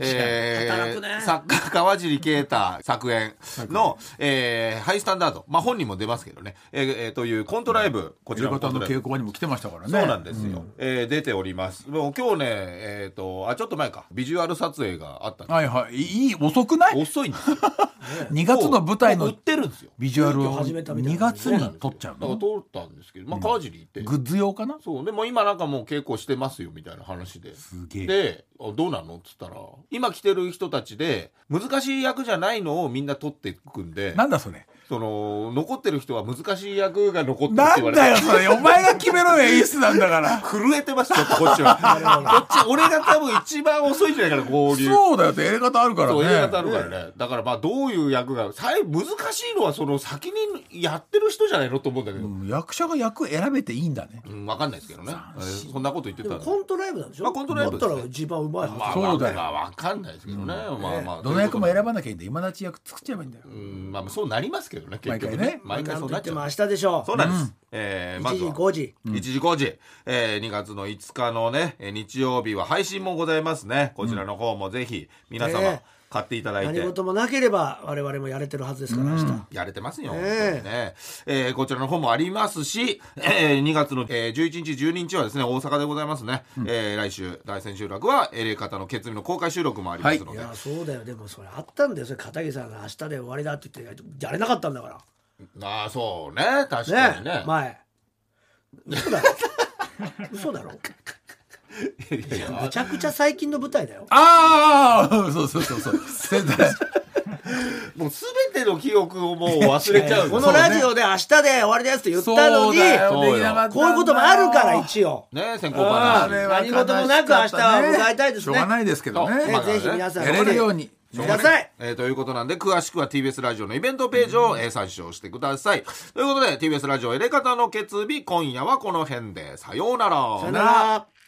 [SPEAKER 2] えー
[SPEAKER 1] 働くね
[SPEAKER 2] 作家川尻啓太作演の、えーハイスタンダード、まあ、本人も出ますけどね、えーえーというコントライブ、こち
[SPEAKER 3] エ
[SPEAKER 2] ら
[SPEAKER 3] レガ
[SPEAKER 2] もコ
[SPEAKER 3] タ
[SPEAKER 2] ント
[SPEAKER 3] の
[SPEAKER 2] ライ
[SPEAKER 3] 稽
[SPEAKER 2] ブ。
[SPEAKER 3] 古場にも来てましたからね。
[SPEAKER 2] そうなんですよ、えー出ておりますもう今日ねえっ、とあちょっと前かビジュアル撮影があったんで
[SPEAKER 3] はいはい。いい、遅くない
[SPEAKER 2] 遅いんですよ
[SPEAKER 3] ?2 月の舞台
[SPEAKER 2] もう売
[SPEAKER 3] の
[SPEAKER 2] ってるんですよ
[SPEAKER 3] ビジュアル
[SPEAKER 1] 急遽
[SPEAKER 3] を
[SPEAKER 1] 始めたみたい
[SPEAKER 3] 2
[SPEAKER 1] な感じ
[SPEAKER 3] 月
[SPEAKER 1] ね
[SPEAKER 3] に撮っちゃう
[SPEAKER 2] だから
[SPEAKER 3] の
[SPEAKER 2] 通ったんですけど、まあ、川尻行って、
[SPEAKER 3] グッズ用かな
[SPEAKER 2] そうでも今なんかもう稽古してますよみたいな話です
[SPEAKER 3] げえ
[SPEAKER 2] であどうなのっつったら今来てる人たちで難しい役じゃないのをみんな取っていくんで
[SPEAKER 3] なんだそれ
[SPEAKER 2] その残ってる人は難しい役が残ってるって
[SPEAKER 3] な
[SPEAKER 2] 言わ
[SPEAKER 3] ん
[SPEAKER 2] れて
[SPEAKER 3] だよそれお前が決めろよ演出なんだから
[SPEAKER 2] 震えてますちょっとこっ ちはこっち俺が多分一番遅いんじゃないかな合流
[SPEAKER 3] そうだよってやり方あるから
[SPEAKER 2] そう
[SPEAKER 3] ね
[SPEAKER 2] 映画だるからね、だからまあどういう役が最難しいのはその先にやってる人じゃないのと思うんだけど、
[SPEAKER 3] うん役者が役選べていいんだね
[SPEAKER 2] うん、分かんないですけどね、えーそんなこと言って
[SPEAKER 1] で
[SPEAKER 2] た
[SPEAKER 1] も
[SPEAKER 2] ら
[SPEAKER 1] コントライブなんでしょ、
[SPEAKER 2] まあコントライブです
[SPEAKER 1] だ
[SPEAKER 2] ね
[SPEAKER 1] ったら一番うまいはず、
[SPEAKER 2] まあ、
[SPEAKER 3] そうだよ
[SPEAKER 2] まあわかんないですけどね、まあまあ
[SPEAKER 3] どの役も選
[SPEAKER 2] ば
[SPEAKER 3] ばなきゃいいんだ今立ち役作っちゃえばいいんだよ
[SPEAKER 2] うんまあそうなりますけどね結局
[SPEAKER 3] 毎回ね
[SPEAKER 2] 毎回
[SPEAKER 1] なん
[SPEAKER 2] そ
[SPEAKER 1] と
[SPEAKER 2] う
[SPEAKER 1] 言
[SPEAKER 2] な
[SPEAKER 1] っ
[SPEAKER 2] っち
[SPEAKER 1] て
[SPEAKER 2] ゃう
[SPEAKER 1] も明日でしょ
[SPEAKER 2] そうなんです、えーま
[SPEAKER 1] 1
[SPEAKER 2] ず
[SPEAKER 1] 時
[SPEAKER 2] は
[SPEAKER 1] 5時
[SPEAKER 2] 1時5時、えー、2月の5日のねえー日曜日は配信もございますねこちらの方もぜひ皆様、
[SPEAKER 1] ね
[SPEAKER 2] 買っていただい
[SPEAKER 1] 何
[SPEAKER 2] て
[SPEAKER 1] 事もなければ我々もやれてるはずですから明日、
[SPEAKER 2] やれてますよ、
[SPEAKER 1] ね
[SPEAKER 2] ね
[SPEAKER 1] え
[SPEAKER 2] ねえーこちらの方もありますし、えー2月の、えー11日12日はですね大阪でございますね、えー来週大仙集落はエレ方の決意の公開収録もありますの
[SPEAKER 3] は
[SPEAKER 2] で、
[SPEAKER 1] いやそうだよでもそれあったんだよそれ片桐さんが明日で終わりだって言ってやれなかったんだか
[SPEAKER 2] ああそうね確
[SPEAKER 1] らね
[SPEAKER 2] かにね
[SPEAKER 1] 前嘘だろ嘘だろ
[SPEAKER 2] いやいや
[SPEAKER 1] むちゃくちゃ最近の舞台だよ
[SPEAKER 3] ああそうそうそうそう先生
[SPEAKER 2] もう全ての記憶をもう忘れち ゃう
[SPEAKER 1] このラジオで明日で終わりですって言ったの
[SPEAKER 3] そう
[SPEAKER 1] に
[SPEAKER 3] だよ
[SPEAKER 2] そうよ
[SPEAKER 3] できなかったんだよ
[SPEAKER 1] こういうこともあるから一応
[SPEAKER 2] ね先行
[SPEAKER 1] あ
[SPEAKER 2] 話
[SPEAKER 1] れは何事もなく明日は迎えたいですね
[SPEAKER 3] しょうがないですけどね
[SPEAKER 2] そう
[SPEAKER 1] ね
[SPEAKER 2] まあ
[SPEAKER 1] ぜひ皆さん
[SPEAKER 3] やれるように
[SPEAKER 1] 来てください
[SPEAKER 2] えーということなんで詳しくは TBS ラジオのイベントページを、えー参照してくださいということで TBS ラジオエレカタの決日今夜はこの辺でさようなら
[SPEAKER 1] さよなら